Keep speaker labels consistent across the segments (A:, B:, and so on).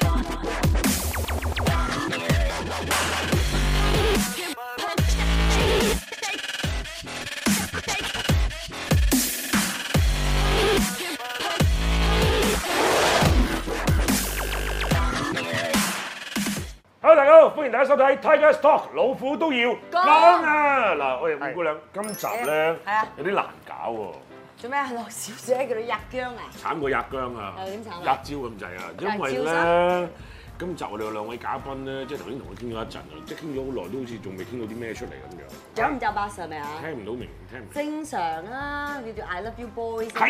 A: 歡迎大家收睇《Tiger Talk》，老虎都要講啊！嗱，我哋五姑娘今集咧
B: 係啊
A: 有啲難搞喎，
B: 做咩啊？樂小姐叫你入姜啊？
A: 慘過壓姜啊，
B: 又點慘啊
A: 壓蕉咁滯啊！因為
B: 壓蕉
A: 咧，今集我哋有兩位嘉賓咧，即係頭先同我傾咗一陣啊，即係傾咗好耐，都好似仲未傾到啲咩出嚟咁樣，
B: 走唔走巴士係咪啊？
A: 聽唔到明，聽唔明。
B: 正常啦，你叫 I love you boys 啊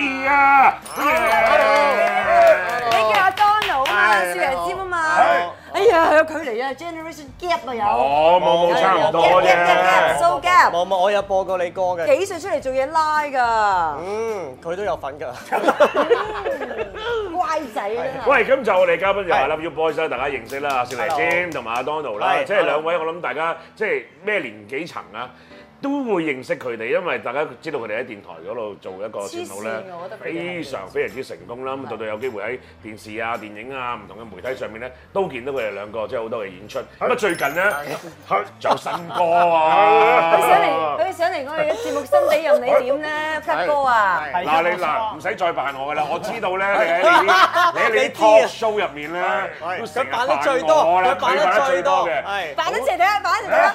B: 嘛
A: 係！啊，
B: 你叫阿 Donald 啊嘛，
C: 係
B: 少爺尖啊嘛
A: 係。
B: 哎呀，有距離啊，generation gap 啊有。
A: 我哦冇冇差唔多
B: 夾夾夾
A: 啫
B: 夾。So gap
C: 冇冇，我有播過你歌嘅。
B: 幾歲出嚟做嘢拉㗎？
D: Ừ,
C: 嗯，佢都有份㗎。
B: 乖仔啊真係！
A: 喂，咁就我哋嘉賓就係
C: 係
A: Love You Boys 啦，大家認識啦，少黎先同埋阿 Donald 啦，
C: 係
A: 即係
C: hello
A: 兩位，我諗大家即係咩年紀層啊，都會認識佢哋，因為大家知道佢哋喺電台嗰度做一個節目咧
B: 黐線我覺得，佢哋
A: 非
B: 係
A: 常非常之成功啦。咁到到有機會喺電視啊、電影啊、唔同嘅媒體上面咧，都見到佢哋兩個即係好多嘅演出。咁啊，最近咧就新歌 啊，
B: 佢上嚟，佢上嚟我哋嘅節目新地任你點咧？cut 歌啊！
A: 嗱你嗱唔使再扮我噶 啦，我知道咧你喺你啲你喺你啲 talk show 入面咧，都成
C: 啊佢
A: 日
C: 扮得最多，
A: 我啦
C: 佢扮得最多。
A: 嘅。
C: 係
B: 擺一齊睇下，擺一齊睇下，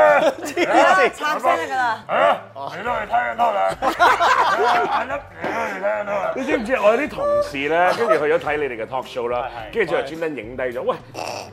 C: 黐線
B: 拆聲得㗎啦！
A: 啊！你都係聽得多啦，係咯，你都係聽得多 啦。你知唔知我有啲同事咧，跟住去咗睇你哋嘅 talk show 啦，跟住就專登影低咗。喂，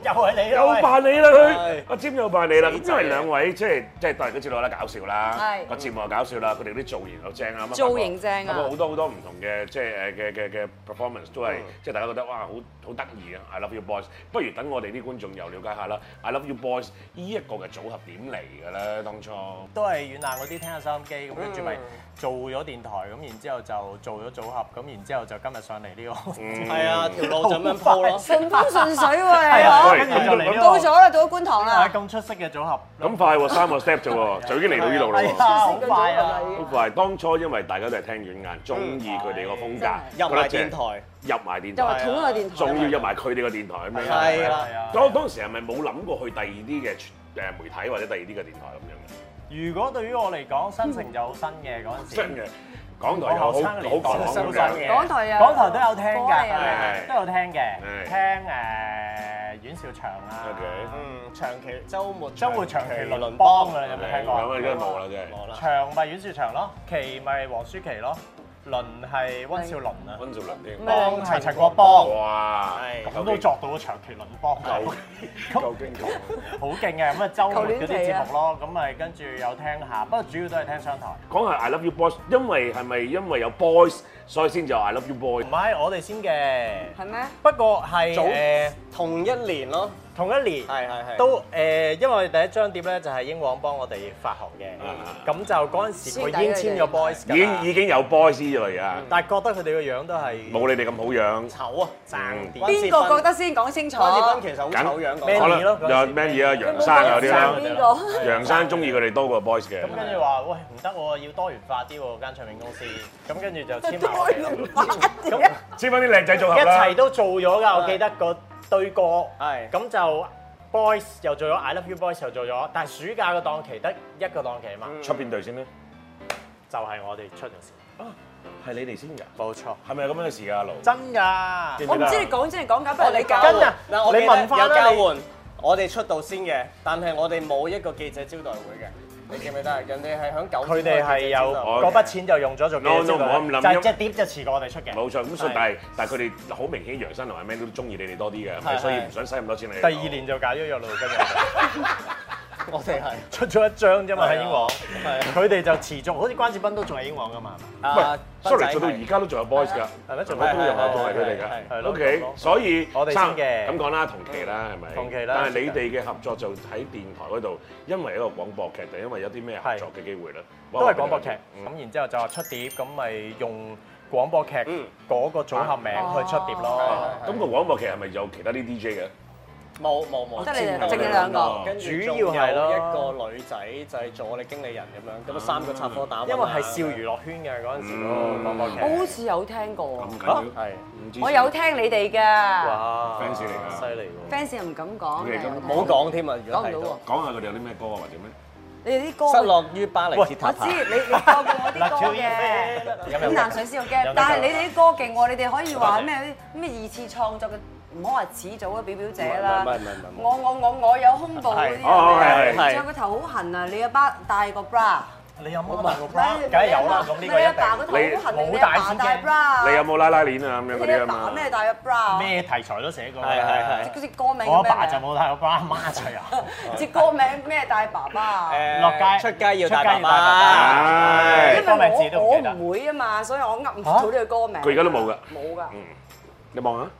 C: 又係你
A: 又扮你啦佢
C: 係，
A: 阿尖又扮你啦。
C: 死
A: 咁
C: 仔
A: 因
C: 啊
A: 為兩位即係即係大家都知道啦，搞笑啦
B: 係，
A: 個節目又搞笑啦，佢哋啲造型又正啊，咁啊
B: 造型正啊
A: 咁好多好多唔同嘅即係誒嘅嘅嘅 performance 都係即係大家覺得哇好好得意啊！I à? love you boys，不如等我哋啲觀眾又了解下啦。I love you boys 呢一個嘅組合點嚟嘅咧？當初
E: 都係遠南嗰啲聽下收音機，咁跟住咪做咗電台，咁然之後就做咗組合，咁然之後就今日上嚟呢個。
C: 係
D: à,
C: 啊，條路就咁樣鋪咯。
B: 順風順水喎，你
A: 啊
B: 好
A: 喂。咁
E: 就嚟呢
B: 到咗
E: 個
B: 啦，到咗觀塘啦。
E: 咁出色嘅組合，
A: 咁快喎，三個 step 啫喎，就已經嚟到呢度啦
E: 係
A: 喎。
E: 啊，好快啊！
A: 好快！當初因為大家都係聽軟硬，中意佢哋個風格，
C: 入埋電
A: 覺得正，
C: 台，
A: 入埋電
B: 就話
A: 台，
B: 統一電台，
A: 仲要入埋佢哋個電台咁樣。
C: 係
E: 係
C: 啦。
E: 啊
A: 當當時係咪冇諗過去第二啲嘅誒媒體或者第二啲嘅電台咁樣嘅？
E: 如果對於我嚟講，新城就好新嘅嗰陣
A: 真
E: 時，
A: 嘅，港台又好好
E: 我學生年代
A: 講
E: 新
A: 嘅。
E: 嘅
B: 港台又
E: 港台都有聽
B: 火嚟啊
A: 係
E: 㗎，都有聽嘅
A: 係，
E: 聽誒阮兆祥啊，Ừ.
A: OK
D: Ừ,
C: 嗯，長期週末
E: 將會長期輪幫
C: 幫
E: 㗎啦，有冇聽過？
A: 咁啊，真係冇啦，真係。
C: 冇啦。
E: 長咪阮兆祥咯，期咪黃舒淇咯，輪係温兆倫啊，
A: 温兆倫添。
E: 幫係陳國邦。
A: 哇！
C: 係
E: 咁都作到長期輪幫，
A: 夠夠經講。
E: 好勁嘅。咁啊，週末嗰
B: 舊
E: 啲
B: 年期啊
E: 節目咯，咁咪跟住有聽下，不過主要都係聽商台。
A: 講下 I love you boys，因為係咪因為有 boys 所以先就 I love you boys？
E: 唔係我哋先嘅，
B: 係咩？
E: 不過係
C: 早
E: 誒
C: 同一年咯，
E: 同一年
C: 係係係
E: 都誒，因為我哋第一張碟咧就係英皇幫我哋發行嘅
A: 嗯，
E: 咁就嗰陣時佢已經簽咗
A: 已經
E: boys 㗎
A: 已
E: 啦，
A: 經有 boys 咗啦，而家
E: 但係覺得佢哋個樣都係
A: 冇你哋咁好樣。
C: 醜啊，爭啲。
B: 邊個覺得先講清楚？
C: 關志斌其實好醜樣
E: 咩
A: 可
C: 講，
A: 能
E: Manny 咯嗰陣
A: 有
E: 時
A: Manny 啊、楊生啊嗰啲
B: 生
A: 啦，
B: 邊個？
A: 楊生中意佢哋多過 boys 嘅
E: 咁。跟住話喂唔得喎，要多元化啲喎間唱片公司，咁跟住就簽埋我哋啦 咁
A: 簽翻啲靚仔組合
E: 一
A: 啦
E: 齊。都做咗㗎，我記得嗰對歌，
C: 係
E: 咁就 Boys 又做咗，I Love You Boys 又做咗，但係暑假個檔期得一個檔期嘛，
A: 出邊隊先咧？
E: 就係我哋出咗事，
A: 係你哋先㗎。
E: 冇錯，
A: 係咪有咁樣嘅事啊，阿盧？
E: 真㗎，
B: 我唔知你講真定講假，不過你搞。
E: 跟啊，
C: 嗱，我
E: 你
C: 記得
E: 問
C: 有
E: 翻啦，
C: 交
E: 你
C: 換，我哋出道先嘅，但係我哋冇一個記者招待會嘅，你記唔記得啊？人哋係響九
E: 佢哋係有
A: 我
E: 嗰筆錢就用咗做
A: No，no，
E: 記者招待
A: 唔好咁諗
E: 就係
A: 因
E: 隻碟就遲過我哋出嘅，
A: 冇錯，咁所以
C: 係
A: 但係但係佢哋好明顯，楊生同埋 Manny 都中意你哋多啲嘅，係咪
C: 係
A: 所以
C: 係
A: 唔想使咁多錢你哋。
E: 第二年就搞咗藥路，跟住就
C: 我哋係
E: 出咗一張啫嘛喺英皇，
C: 係啊
E: 佢哋就持續，好似關智斌都仲係英皇㗎嘛，
C: 啊
D: À,
A: 喂，sorry，
C: 斌仔
A: 做到而家都仲有 boys 㗎，
E: 係咪仲
A: 我
E: 有
A: 都有合作係佢哋
C: 係
A: 㗎。
E: 係咯
A: O K，所以
E: 我哋先嘅
A: 差咁講啦，同期啦，係咪？
E: 同期啦
A: 但係你哋嘅合作就喺電台嗰度，因為一個廣播劇定因為有啲咩合作嘅機會咧？
E: 都係廣播劇，
A: 嗯
E: 咁然之後就話出碟，咁咪用廣播劇
C: 嗯
E: 嗰個組合名去出碟咯。
C: 係係
A: 咁個廣播劇係咪有其他啲 DJ 嘅？
C: 冇冇冇，
B: 得你
C: 知道
B: 哋淨係兩個
C: 跟住
E: 主要
C: 仲有
E: 係咯
C: 一個女仔就係做我哋經理人咁樣，咁三個插科打諢啊，
E: 因為係笑娛樂圈嘅嗰陣時咯，廣播劇。
B: 我好似有聽過啊，
A: 咁緊要？
E: 啊
C: 係
A: 唔知
B: 我有聽你哋嘅
E: 哇
A: fans 嚟㗎
E: 犀利喎！
B: fans 又唔敢講，
A: OK，咁
C: 冇講添啊，如
B: 講
C: 果
B: 唔到喎
C: 係。
A: 講下佢哋有啲咩歌啊，或者咩？
B: 你哋啲歌，
C: 失落於巴黎鐵
B: 我
C: 塔
B: 知
C: 下，
B: 你你播過 我啲歌嘅。
E: 有
B: 咁
E: 咩 Dạ,
B: 難上先好驚，但係你哋啲歌勁喎，你哋可以話咩咩二次創作嘅唔好話始祖啊，表表姐
D: 唔
B: 啦
D: 係唔係唔係唔係，
B: 我我我我有胸部嗰啲
A: 哦
B: 人
E: 係
B: 咧，仲有個頭好痕啊，你阿爸戴個 bra，
E: 你有冇問個 bra？
B: 你
E: 梗係有啦，咁呢個
B: 你阿爸
E: 一
B: 個頭
A: 你
B: 好痕啊，你阿
E: 冇戴
B: 爸
E: 先
B: 戴
E: 啫
B: bra，
A: 你有冇拉拉鏈啊咁樣嗰
B: 你
A: 啲啊
B: 阿
A: 嘛
B: 爸？咩戴個 bra？
E: 定咩題材都寫過㗎。
D: 係係
B: 即係歌名
E: 我
B: 叫
E: 阿
B: 咩
E: 爸
B: 名
E: 就冇戴個 bra，阿媽就有。
B: 隻歌名咩大爸爸啊？
D: 誒
E: 落街
D: 出街要
E: 出街要戴
D: 帶爸
E: 爸
D: 爸
E: 爸。
B: 因
A: 唉
B: 為
E: 歌名字都
B: 我
E: 唔
B: 我
E: 記得
B: 唔會啊嘛，所以我噏唔到呢個歌名。
A: 佢而家都冇㗎
B: 冇㗎，
A: 你望下，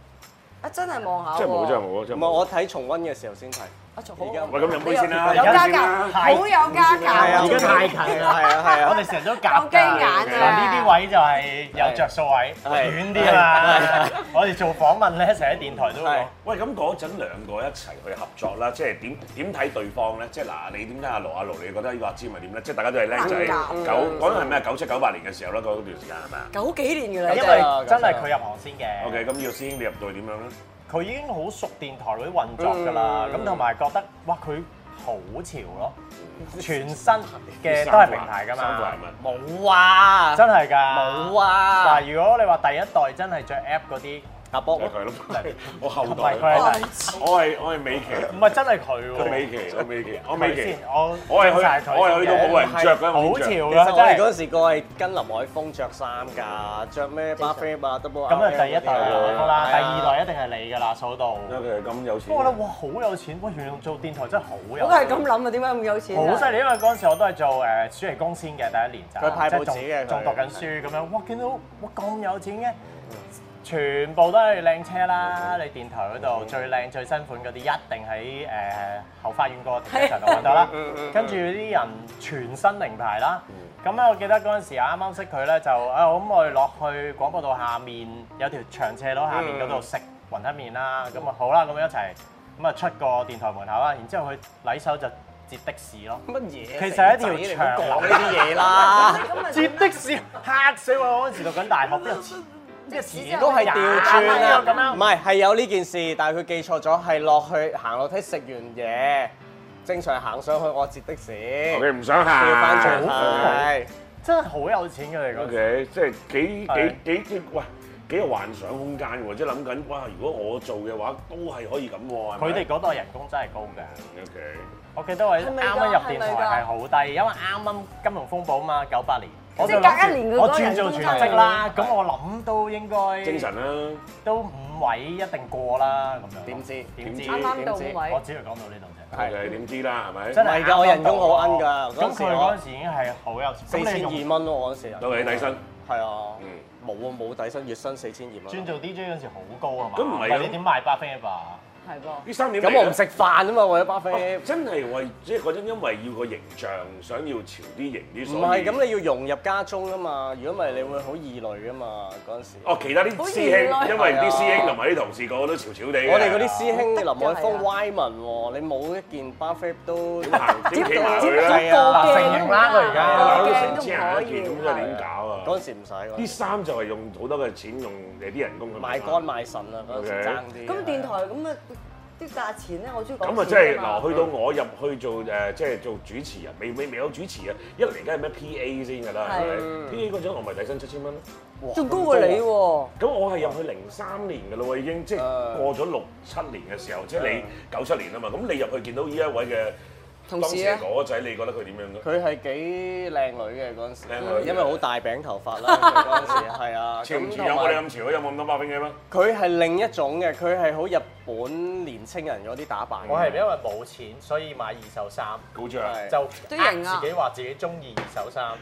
B: 啊真係望下喎。
A: 真係冇，真係冇，
D: 唔
A: 真係
D: 係
A: 冇。
D: 我睇重温嘅時候先睇。
B: 啊仲好
D: 而家
A: 喂，咁飲杯先啦，
B: 有
E: 而
B: 家
E: 家
A: 飲杯先
B: 教，
A: 啦。
B: 好有家教。
D: 係啊
E: 而家太近啦，
D: 係啊係啊
E: 我哋成日都夾
B: 有
E: 㗎
B: 雞眼啊
E: 嗱呢啲位就係有着數位，
D: 係
E: 遠啲啦。我哋做訪問咧，成日喺電台都會
D: 係
E: 講。
A: 喂，咁嗰陣兩個一齊去合作啦，即係點點睇對方咧？即係嗱，你點睇阿盧阿盧？你覺得呢個阿芝咪點咧？即係大家都係僆仔，
B: 嗯
A: 九嗰陣係咩？九七九八年嘅時候啦，嗰段時間係咪啊
B: 九幾年㗎啦，因
E: 因為
B: 為
E: 真係佢入行先嘅。
A: à ？OK，咁要師兄你入到去點樣咧？
E: 佢已經好熟電台嗰啲運作㗎啦，
D: 嗯
E: 咁同埋覺得哇佢好潮咯，全新嘅都係平台㗎
A: 衫褲
E: 嘛
A: 鞋，襪
D: 冇啊！
E: 真係㗎，
D: 冇啊！
E: 嗱，如果你話第一代真係着 app 嗰啲，
D: 阿波
A: 就係佢咯， 我後代
E: 唔係佢，係
A: 我係我係美琪，
E: 唔係真係佢
A: 我美
E: 喎，
A: 琪，我美琪，我美
E: 佢
A: 琪
E: 先，，我
A: 我係去
E: 晒佢
A: 我係去到
E: 先嘅
A: 冇人着嘅，
E: 好
A: 我先著
E: 潮
D: 其實我
E: 㗎，
D: 哋
E: 真係
D: 嗰。時個係跟林海峰着衫㗎，着咩巴菲啊 double
E: 咁啊，第一代我啦，第
D: 係啊
E: 二代一定係你㗎啦，數到。
A: OK，咁有錢
E: 不過咧，哇，好有錢！喂，原來做電台真係好有
B: 我
E: 錢。
B: 都係咁諗啊，點解咁有錢啊？
E: 好犀利，因為嗰陣時我都係做誒暑期工先嘅第一年咋，
D: 佢派
E: 即係
D: 報
E: 仲
D: 紙嘅佢
E: 仲讀緊書咁樣，哇！見到哇咁有錢嘅，全部都係靚車啦！你電台嗰度最靚最新款嗰啲一定喺誒後花園嗰個停車場度揾到啦
D: 嗯嗯嗯。
E: 跟住啲人全身名牌啦。咁咧，我記得嗰陣時啱啱識佢咧，就啊咁我哋落去廣播道下面有條長斜路下面嗰度食雲吞麵啦。咁啊好啦，咁樣一齊咁啊出個電台門口啦，然之後佢禮手就截的士咯。
D: 乜嘢？
E: 其實係一條
D: 肥仔你
E: 長
D: 唔好講呢啲嘢啦。
B: 咁咪
E: 接的士嚇死我！我嗰陣時讀緊大學，邊有錢
B: 即時
D: 都係
B: 掉
D: 調轉啦，
E: 咁樣
D: 唔係係有呢件事，但係佢記錯咗，係落去行樓梯食完嘢，正常行上去我截的士，
A: ，OK，唔想行，
D: 調翻轉
A: 好
D: 係
E: 真係好有錢嘅你嗰
A: Ờ.
E: 陣時。
A: OK，即係幾
E: 係
A: 幾幾幾喂幾有幻想空間喎！即係諗緊，哇！如果我做嘅話，都係可以咁喎。係咪
E: 佢哋嗰代人工真係高嘅，
A: OK，
E: 我記得我啱
B: 係咪㗎
E: 啱入電
B: 係咪㗎
E: 台係好低，因為啱啱金融風暴啊嘛，九八年，我
B: 即
E: 就
B: 係隔
E: 諗
B: 一年
E: 住
B: 佢
E: 我
B: 嗰個
E: 轉
B: 人
E: 做
B: 工
E: 全
B: 真係
E: 職啦，咁我諗都應
A: 精
E: 該
A: 神啦，
E: 都五位一定過啦，咁樣。
D: 點知
E: 點知？
B: 啱啱到五位
E: 我只係講到呢度啫。
D: 係
A: OK，點知啦，係咪？
E: 真
D: 唔
E: 係
D: 係㗎我人工好奀㗎嗰
E: 咁
D: 陣時
E: 佢
D: 我
E: 嗰陣時已經係好有錢，
D: 四
E: 咁你
D: 千
E: 用
D: 二蚊咯，我嗰時
A: 到你底薪，
D: 係啊
A: 嗯，
D: 冇啊冇底薪，月薪四千二啊
E: 轉
D: 蚊。
E: 做 DJ 嗰陣時好高係嘛？
A: 咁唔係
E: 喂
A: 咁
E: 你點賣巴菲吧？
B: 係噃。
A: 呢三點
D: 咁我唔食飯啊嘛，為咗巴 菲
A: 哦。真係為即係嗰陣，因為要個形象，想要潮啲型啲，所
D: 唔
A: 以
D: 係，咁你要融入家中啊嘛，如果唔係你會好異類噶嘛嗰陣時。
A: 哦，其他啲師兄，因為啲師兄同埋啲同事個個都潮潮地嘅。
D: 我哋嗰啲師兄
B: 得㗎
D: 林海
B: 係啊
D: 峰、歪文喎，你冇一件巴菲 都
A: 點行點企埋佢咧？
D: 係啊
E: 嗱承認啦佢
A: 係
E: 而
A: 啊
E: 家
A: 搞到
B: 鏡
A: 成
B: 都唔
A: 千人
B: 可
A: 一件，
B: 以
A: 咁真係點搞啊？
D: 嗰陣時唔使嗰陣時
A: 啲衫就係用好多嘅錢，用誒啲人工去
D: 賣肝賣腎啊，嗰陣時
A: OK
D: 爭啲。
B: 咁電台咁啊啲價錢咧，我中意講
A: 咁啊，即
B: 錢
A: 係
B: 㗎嘛
A: 嗱，去到我入去做誒，即係做主持人，未未未有主持啊，一嚟梗係咩 PA 先㗎啦，係咪
B: 係
A: ？PA 嗰陣我咪底薪七千蚊咯，
D: 哇
B: 仲高過你
D: 咁多
B: 喎。
A: 咁我係入去零三年㗎啦喎，已經即係
D: 誒
A: 過咗六七年嘅時候，即係你九七年啊嘛，咁你入去見到呢一位嘅
B: 同
D: 啊
A: 當
B: 事
A: 時
B: 咧
A: 嘅哥仔，你覺得佢點樣嘅？
D: 佢係幾靚女嘅嗰陣時
A: 靚女嘅，
D: 因為好大餅頭髮 啦佢嗰陣時，係啊。
A: 潮唔
D: 咁
A: 潮有
D: 同
A: 我哋
D: 埋
A: 咁潮？有冇咁多巴冰嘅咩？
D: 佢係另一種嘅，佢係好日本年青人嗰啲打扮嘅。
E: 我係因為冇錢，所以買二手衫，
A: 高啊漲
D: 係
E: 就
B: 都
E: 呃
B: 型啊
E: 自己話自己中意二手衫，
B: 呃住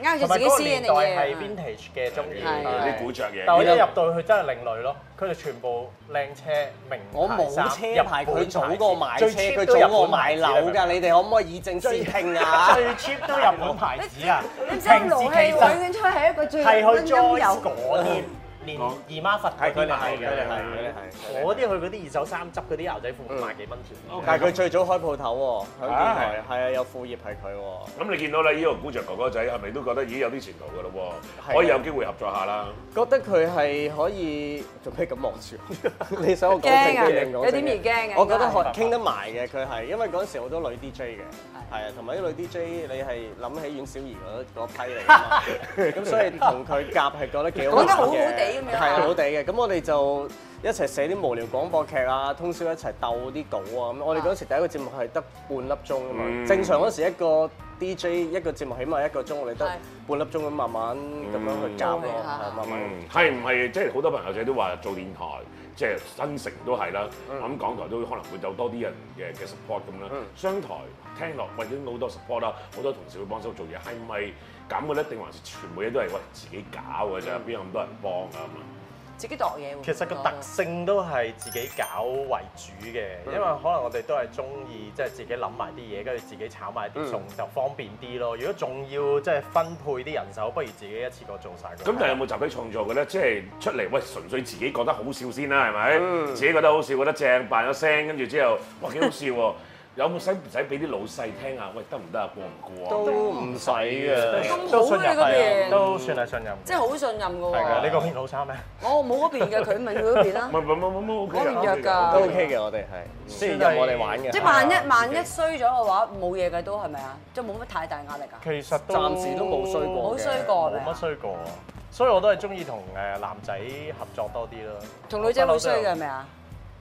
E: 同埋
B: 自己
E: 嗰個
B: 私隱
E: 年
B: 嚟
E: 代係
B: 嘅。
E: vintage 嘅中意。
B: 係
A: 啊啲
B: 係
A: 古着嘢。
E: 但我一入到去真係另類咯，佢哋全部靚車名
D: 我
E: 牌
D: 冇
E: 衫
D: 車牌，佢早過我買車，
E: 最 cheap
D: 佢
E: 都
D: 早
E: 日
D: 過我
E: 本
D: 買
E: 牌子
D: 樓
E: 啊
D: 㗎。你哋可唔可以以正視聽啊？
E: 最 cheap 都日本牌子啊！
B: 你
E: 平
B: 知唔知
E: 時
B: 勞氣
E: 其
B: 永
E: 實
B: 遠出係一個最
E: 係去
B: 溫
E: j o
B: 柔
E: y 嗰啲，連姨媽佛
D: 係佢哋係
E: 買
D: 佢哋係佢哋係。
E: 我啲去嗰啲二手衫執嗰啲牛仔褲五萬幾蚊條。
D: 但係佢最早開鋪頭喎，響電台
A: 啊
D: 係啊，有副業係佢喎。
A: 咁你見到啦，呢個古着哥哥仔係咪都覺得已經有啲前途㗎咯喎？
D: 係啊
A: 可以有機會合作下啦。
D: 覺得佢係可以做咩咁望住我？ 你想我講正
B: 驚啊！
D: 經定
B: 有
D: 講
B: 點
D: 正
B: 而
D: 經？
B: 驚嘅。
D: 我覺得可傾得埋嘅，佢係因為嗰陣時好多女 DJ 嘅，係啊，同埋啲女 DJ 你係 諗起阮小儀嗰嗰批嚟㗎嘛，咁所以同佢夾係覺得幾好
B: 講得好好
D: 玩嘅
B: 地咁樣
D: 係
B: 啊
D: 老地嘅。咁我哋就一齊寫啲無聊廣播劇啊，通宵一齊鬥啲稿啊。咁我哋嗰時第一個節目係得半粒鐘啊
A: 嗯
D: 嘛，正常嗰時一個 DJ 一個節目起碼一個鐘，我哋得
B: 係
D: 半粒鐘咁慢慢咁樣去夾咯，
B: 嗯
D: 係慢慢。
A: 嗯，係唔係？即係好多朋友仔都話做電台，即係新城都係啦。我諗港台都可能會有多啲人嘅嘅 support 咁啦
D: 嗯。
A: 商台聽落，喂，已經好多 support 啦，好多同事會幫手做嘢，係咪咁嘅咧？定還是全部嘢都係喂自己搞嘅啫？
D: 嗯
A: 邊有咁多人幫啊？咁啊
B: 自己度嘢喎。
E: 其實個特性都係自己搞為主嘅，因為可能我哋都係中意即係自己諗埋啲嘢，跟住自己炒埋啲餸就方便啲咯。如果仲要即係分配啲人手，不如自己一次過做晒佢。
A: 咁但係有冇集體創作嘅咧？即係出嚟喂，純粹自己覺得好笑先啦，係咪？自己覺得好笑，覺得正，扮咗聲，跟住之後，哇幾好笑喎！有冇使唔使俾啲老細聽下？喂，得唔得啊？過唔過啊？
D: 都唔使嘅，
B: 咁
E: 都
B: 好
E: 信
B: 嘅
E: 任
B: 嗰
E: 係
B: 邊
E: 啊，，都算係信任。
B: 即係好信任嘅
E: 係嘅，你
B: 喎。
E: 講件好衫咩？
B: 我冇嗰邊嘅，佢問佢嗰 邊啦
A: 唔。係唔係唔係唔係 OK
B: 我唔約㗎
D: 都 OK 嘅，我哋係雖然任我哋玩嘅，
B: 即係萬一萬一衰咗嘅話，冇嘢嘅都係咪啊？即係冇乜太大壓力啊。
E: 其實都
D: 暫時都冇衰過
B: 冇
D: 嘅
B: 衰過係咪
E: 冇乜
B: 啊？
E: 衰過，所以我都係中意同誒男仔合作多啲咯。
B: 同女仔好衰嘅係咪啊？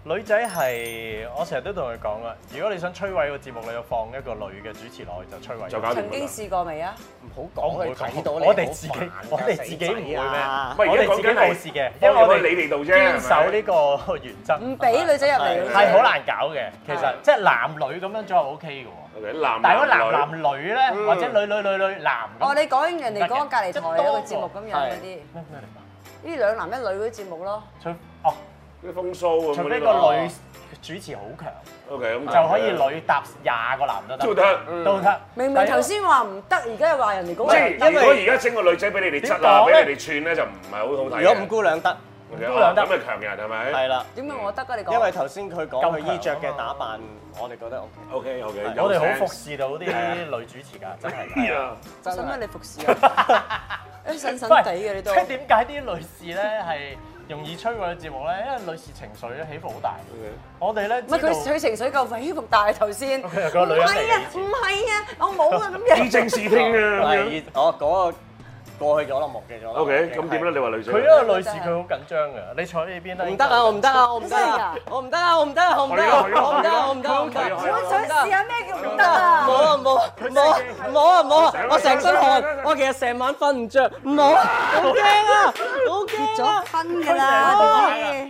E: 女仔係我成日都同佢講啊，如果你想摧毀個節目，你就放一個女嘅主持落去就摧毀佢。
A: 就搞掂
B: 曾經試過未啊？
D: 唔
E: 我唔
D: 好講
E: 會
D: 佢
E: 講
D: 睇到你，
E: 我哋自己我哋自己唔會咩我哋自己冇事嘅，因為我哋
A: 你哋度啫，
E: 堅守呢個原則，
B: 唔俾女仔入嚟嘅。
E: 係好難搞嘅。其實
B: 係
E: 即係男女咁樣做係 OK 嘅喎，
A: 呢個男
E: 但係如果
A: 男
E: 男男女咧，或者女女女女男
B: 哦，
E: 咁，
B: 你講人哋講隔離台有個節目咁樣嗰啲，呢
E: 咩咩嚟
B: 兩男一女嗰啲節目咯。
E: 㗎？除哦，
A: 啲風騷咁，
E: 除非個女主持好強，
A: OK 咁
E: 就可以女搭廿個男都
A: 都
E: 得，
A: 得。
E: 都得。
B: 明明頭先話唔得，而家又話人哋講
A: 即
B: 話
A: 係
B: 唔得
A: 如果而家整個女仔俾你哋質啊，俾你哋串咧就唔係好好睇嘅。
D: 如果五姑娘得，
A: 咁咪強人係咪
D: 係啦，
B: 點解我得㗎？你講
D: 因為頭先佢講佢衣着嘅打扮，我哋覺得 OK。
A: ？OK OK，
E: 我哋好服侍到啲女主持㗎，真係。
A: 啊！
D: 真
B: 使乜
D: 係
B: 你服 侍啊？誒神神地嘅你都
E: 即。係點解啲女士咧係容易摧毀嘅節目咧？因為女士情緒咧起伏好大。我哋咧
B: 唔係
E: 知道
B: 佢佢情緒夠起伏大頭先，唔
E: 佢個女人嚟
B: 係啊
E: 嘅以，
B: 唔
E: 前
B: 係啊，我冇啊 咁
A: 以
B: 樣。
A: 正視聽啊咁樣。
D: 係我嗰個過去咗啦，忘記咗啦。
A: OK，咁點咧？你話女仔？
E: 佢因為女士佢好緊張㗎，你坐喺呢邊咧
D: 唔得啊！我唔得啊！我唔得啊！我唔得啊！我唔得啊！我唔得啊！我唔得啊！我唔得啊！我唔得啊！
B: 我想試下咩叫唔
D: 冇
B: 得啊！
D: 啊冇啊冇啊冇啊冇啊！我成身汗，我其實成晚瞓唔着，唔好，好驚啊，好驚啊！
B: 分㗎啦，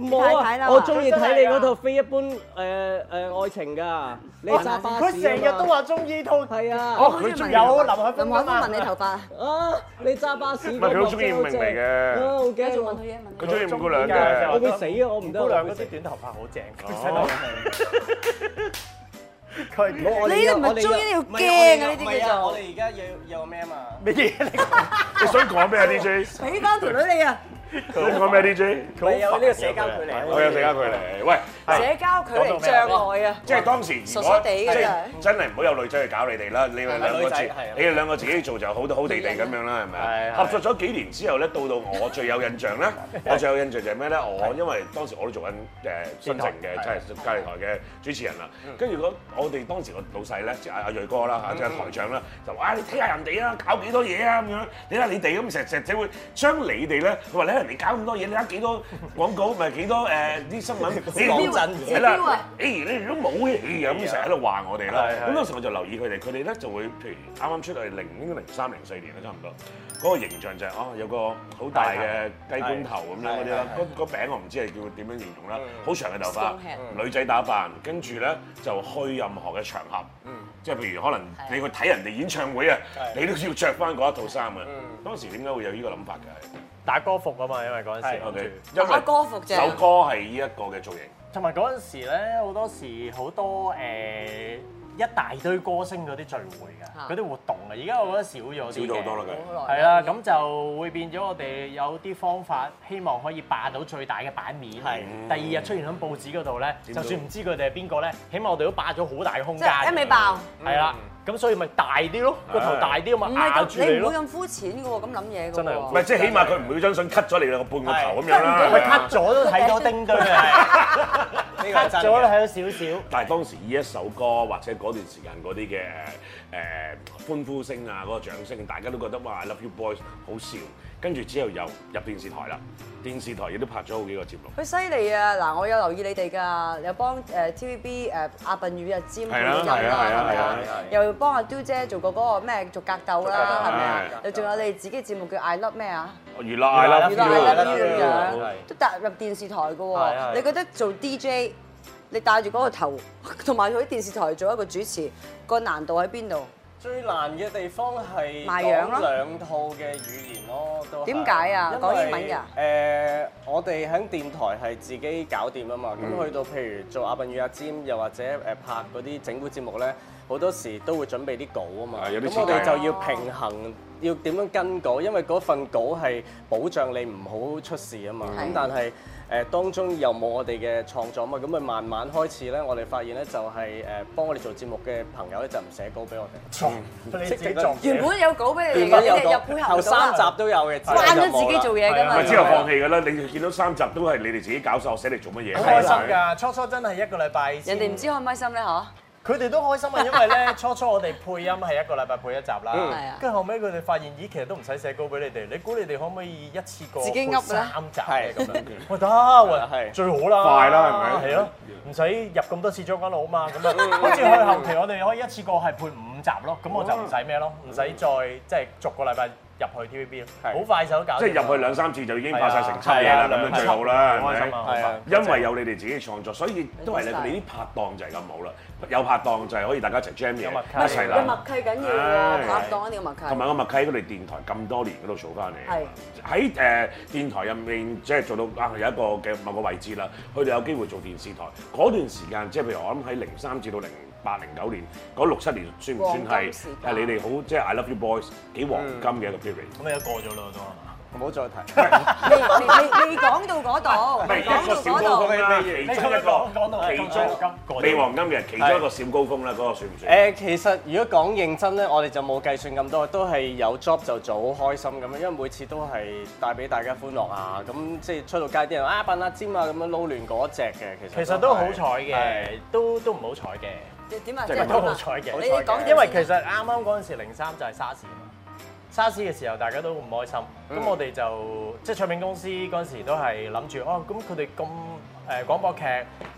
D: 唔好
B: 太太啦
D: 啊！我中意睇你嗰套《非一般誒誒愛情》㗎，你揸巴士
E: 佢成日都
D: 話
E: 話中意套，
D: 係啊，
E: 哦佢仲有林海峰
B: 林
E: 㗎
B: 海峰
E: 嘛
B: 問你頭髮啊，
D: 啊你揸巴士嗰
A: 唔
D: 個
A: 係佢好中意五明嚟
D: 啊
A: 嘅，
D: 好
B: 而家仲
D: 驚
B: 問
D: 啊
B: 佢！嘢問
A: 佢
B: 佢。
A: 中意五姑娘
D: 我
A: 嘅。
D: 會死啊！我唔
E: 吳
D: 得啊，
E: 姑
D: 我
E: 娘
D: 會
E: 嗰
D: 死
E: 啲短頭髮好正，佢
A: 哦
E: 洗到 佢係
D: 我哋
B: 你呢啲唔係
D: 我哋
B: 中意呢
D: 有
B: 條驚啊呢啲
D: 唔係
B: 叫做
D: 我哋而家有有咩啊嘛？
E: 咩嘢嚟㗎？
A: 你想講咩啊，DJ？
B: 俾翻條女你啊！
A: 想講咩，DJ？
D: 咪有呢個社交距離。
A: 我有社交距離。喂，
B: 社交距離障礙啊！
A: 即係當時如
B: 傻
A: 果
B: 傻地
A: 即
B: 嘅
A: 係真
B: 真
A: 係唔好有女仔去搞你哋啦，你哋兩個
D: 女
A: 自
D: 仔係啊
A: 你哋兩個自己做就好好地地咁樣啦，係咪
E: 係係
A: 啊？合作咗幾年之後咧，到到我最有印象咧，我最有印象就係咩咧？我因為當時我都做緊誒新城嘅
E: 電
A: 即
E: 台
A: 係隔離台嘅主持人啦，跟住嗰我哋當時個老細咧，即係阿阿瑞哥啦嚇，即係台長啦，就話啊你睇下人哋啊，搞幾多嘢啊咁樣，你睇下你哋咁成成成會將你哋咧，佢話你睇人哋搞咁多嘢，你睇幾多廣告咪幾多誒啲新聞，你
D: 指標啊
A: 哋
B: 指
A: 係
B: 標
A: 啦
B: 啊。
A: 誒，你哋都冇嘅，咁成日喺度話我哋啦。
E: 係係
A: 咁當時我就留意佢哋，佢哋咧就會譬如啱啱出嚟零應該零三零四年啦，差唔多。嗰個形象就係哦，有個好大嘅雞公頭咁樣嗰啲啦，嗰嗰餅我唔知係嗯叫點樣形容啦，好長嘅頭髮，女仔打扮，跟住咧就去任何嘅場合，即係譬如可能你去睇人哋演唱會啊，你都要着翻嗰一套衫啊。當時點解會有呢個諗法嘅？
E: 打歌服啊嘛，因為嗰陣時
D: 係
A: OK，因
B: 打
A: 為
B: 歌服啫，
A: 首歌係呢一個嘅造型，
E: 同埋嗰陣時咧，好多時好多誒、呃一大堆歌星嗰啲聚會
B: 嚇
E: 嘅，嗰啲活動嘅。而家我覺得少咗
A: 少
E: 啲嘅
A: 咗好多啦佢。
B: 好耐
E: 係啦，咁就會變咗我哋有啲方法，希望可以霸到最大嘅版面。
D: 係
E: 第二日出現喺報紙嗰度咧，
A: 點
E: 就
A: 都
E: 算唔知佢哋係邊個咧，起碼我哋都霸咗好大嘅空
B: 即
E: 間。
B: 係一味爆，
E: 係啦，咁所以咪大啲咯，個頭大啲啊嘛，
B: 唔係
E: 壓住
B: 咁
E: 你
B: 你唔
E: 咯
B: 會。咁膚淺嘅喎，咁諗嘢嘅喎。
E: 真係好
A: 唔係即係起碼佢唔會將信 cut 咗你個半個頭咁樣
E: 咪
A: 啦。
E: cut 咗都睇到丁堆 嘅
D: 呢個係
E: ，cut
D: 真
E: 咗都睇
D: 嘅。
E: 到少少。
A: 但係當時呢一首歌或者嗰段時間嗰啲嘅誒歡呼聲啊，嗰、個掌聲，大家都覺得哇，I love you boys 好笑。跟住之後又入電視台啦，電視台亦都拍咗好幾個節目。
B: 佢犀利啊！嗱，我有留意你哋㗎，又幫呃誒 TVB 誒阿笨與日尖
A: 係啊
B: 配音
A: 係啊係啊
B: 啦，係咪啊
A: 係啊？
B: 又幫阿嘟姐做過嗰個咩做格鬥啦，係咪啊
A: 係？
B: 又仲有你哋自己節目叫 I Love 咩啊？
A: 娛樂 I love
B: 原
A: you，
B: 來 I Love You
E: 係
A: 啊
B: 咁
E: 係
B: 樣都踏入電視台㗎
E: 係係
B: 喎。你覺得做 DJ，你戴住嗰個頭， 同埋佢喺電視台做一個主持，個難度喺邊度？
D: 最難嘅地方係
B: 賣樣咯
D: 講兩套嘅語言咯，都係
B: 點解啊
D: 因為
B: 講英文㗎
D: 誒、我哋喺電台係自己搞掂啊嘛，咁、去到譬如做阿笨與阿尖，又或者誒拍嗰啲整蠱節目咧，好多時都會準備啲稿啊嘛，
A: 係有啲
D: 咁我
A: 設計
D: 哋就要平衡。要點樣跟稿？因為嗰份稿係保障你唔好出事啊嘛。
B: 係
D: 咁但係誒、當中又冇我哋嘅創作啊嘛，咁咪慢慢開始咧，我哋發現咧就係、誒、幫我哋做節目嘅朋友咧就唔寫稿俾我哋。
E: 你自己做
B: 原本有稿俾你哋
D: 原本
B: 嘅，
D: 有
B: 你哋又配合
D: 頭
B: 唔到啊
D: 三集都有嘅，
B: 慣咗自己做嘢㗎
E: 係
B: 嘛
E: 啊
A: 咪。之後
E: 係啊
A: 放棄㗎啦。你見到三集都係你哋自己搞晒，我寫嚟做乜嘢？
E: 好開心㗎！初初真係一個禮拜，
B: 人哋唔知。開唔開心咧嚇。
E: 佢哋都開心啊，因為 咧初初我哋配音係一個禮拜配一集
B: 係啊
E: 啦，跟住後尾佢哋發現，咦，其實都唔使寫稿俾你哋，你估你哋可唔可以一次過
B: 自己
E: 配
B: 噏
E: 三
B: 啦
E: 集
D: 係
E: 咧咁樣？喂得
D: 係
E: 喎，最好啦，
A: 快啦係咪
E: 係咯，唔使入咁多次將軍澳啊嘛，咁啊，好似去後期我哋可以一次過係配五集咯，咁我就唔使咩咯，唔使再即係逐個禮拜入去 TVB 咯，
D: 係
E: 好快手搞掂啦。
A: 即係入去兩三次就已經拍晒成輯
E: 係
A: 嘢啦
E: 啊，
A: 咁樣最好啦，係
E: 開心啊，
A: 咪？
E: 係
D: 係
E: 啊
D: 啊。
A: 因為有你哋自己創作，所以都係你
B: 多謝
A: 哋啲拍檔就係咁好啦。有拍檔就係可以大家一齊 jam 嘢，
E: 有默契
A: 一齊
B: 你默
A: 諗。
B: 契緊要
A: 啊唉
B: 喎，拍檔一定要默契。
A: 同埋個默契喺佢哋電台咁多年嗰度做翻
B: 係
A: 嚟，喺誒電台入面即係做到啊有一個嘅某個位置啦，佢哋有機會做電視台嗰段時間，即係譬如我諗喺零三至到零八零九年嗰六七年，算唔算
B: 黃
A: 係
B: 金時
A: 係
B: 間
A: 你哋好即係 I Love You Boys 幾黃金嘅一個 period？
E: 咁你都過咗啦都係嘛？
D: 唔好再提。
B: 你你你你講到嗰
A: 唔
B: 度，
A: 係
B: 你
A: 一個小高
B: 講到
A: 峰
B: 嗰度，
A: 啦，其中一個，其中未黃金嘅，其中一個小高峰啦，嗰個算唔算？
D: 誒，其實如果講認真咧，我哋就冇計算咁多，都係有 job 就做，好開心咁樣，因為每次都係帶俾大家歡樂啊，咁即係出到街啲人啊笨啊尖啊咁樣撈亂嗰只嘅，其
E: 其
D: 實
E: 實
D: 係
E: 都好彩嘅，都都唔好彩嘅，
B: 你點啊？
A: 即係
B: 即係
E: 都
B: 點
E: 好
B: 啊
E: 彩嘅。
B: 你哋講
E: 因為其實啱啱嗰陣時零三就係沙士啊嘛，沙士嘅時候大家都唔開心，咁我哋就即係唱片公司嗰陣時都係諗住哦，咁佢哋咁誒廣播劇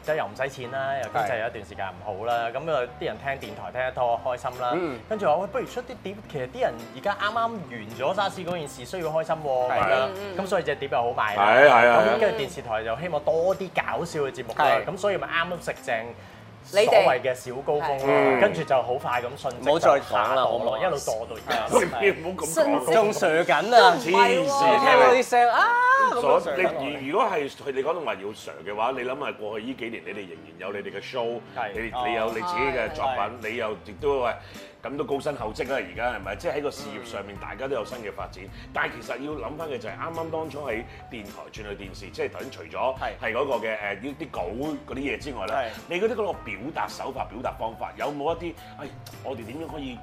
E: 就又唔使錢啦，又經濟有一段時間唔好啦，咁啊啲人聽電台聽得多開心啦，跟住話喂不如出啲碟，其實啲人而家啱啱完咗沙士嗰件事需要開心喎，咁樣咁所以隻碟又好賣啦，
A: 係係係
E: 咁跟住電視台就希望多啲搞笑嘅節目啦
D: 啊係，
E: 咁所以咪啱啱食正。
B: 你哋
E: 所謂嘅小高峰
A: 嗯
E: 咯，跟住就好快咁順
D: 唔好再講啦好啊
E: 我
D: 唔好
E: 一路墮到而家。
A: 唔好咁講，
D: 仲 sir 緊啊，
A: 黐
D: 你聽到
A: 線
D: 啲聲啊咁樣
A: 所
D: sir 緊我哋
A: 你如如果係佢哋講到話要 Sir 嘅話，你諗下過去呢幾年你哋仍然有你哋嘅 show，
E: 係
A: 你你有你自己嘅作品，你又亦都喂咁都高薪厚職啦，而家係咪？即係喺個事業上面大家都有新嘅發展，但係其實要諗翻嘅就係啱啱當初喺電台轉去電視，即係頭先除咗
D: 係
A: 係嗰個嘅誒呢啲稿嗰啲嘢之外咧
D: 係，
A: 啊你嗰啲嗰個表達手法、表達方法有冇一啲？哎，我哋點樣可以？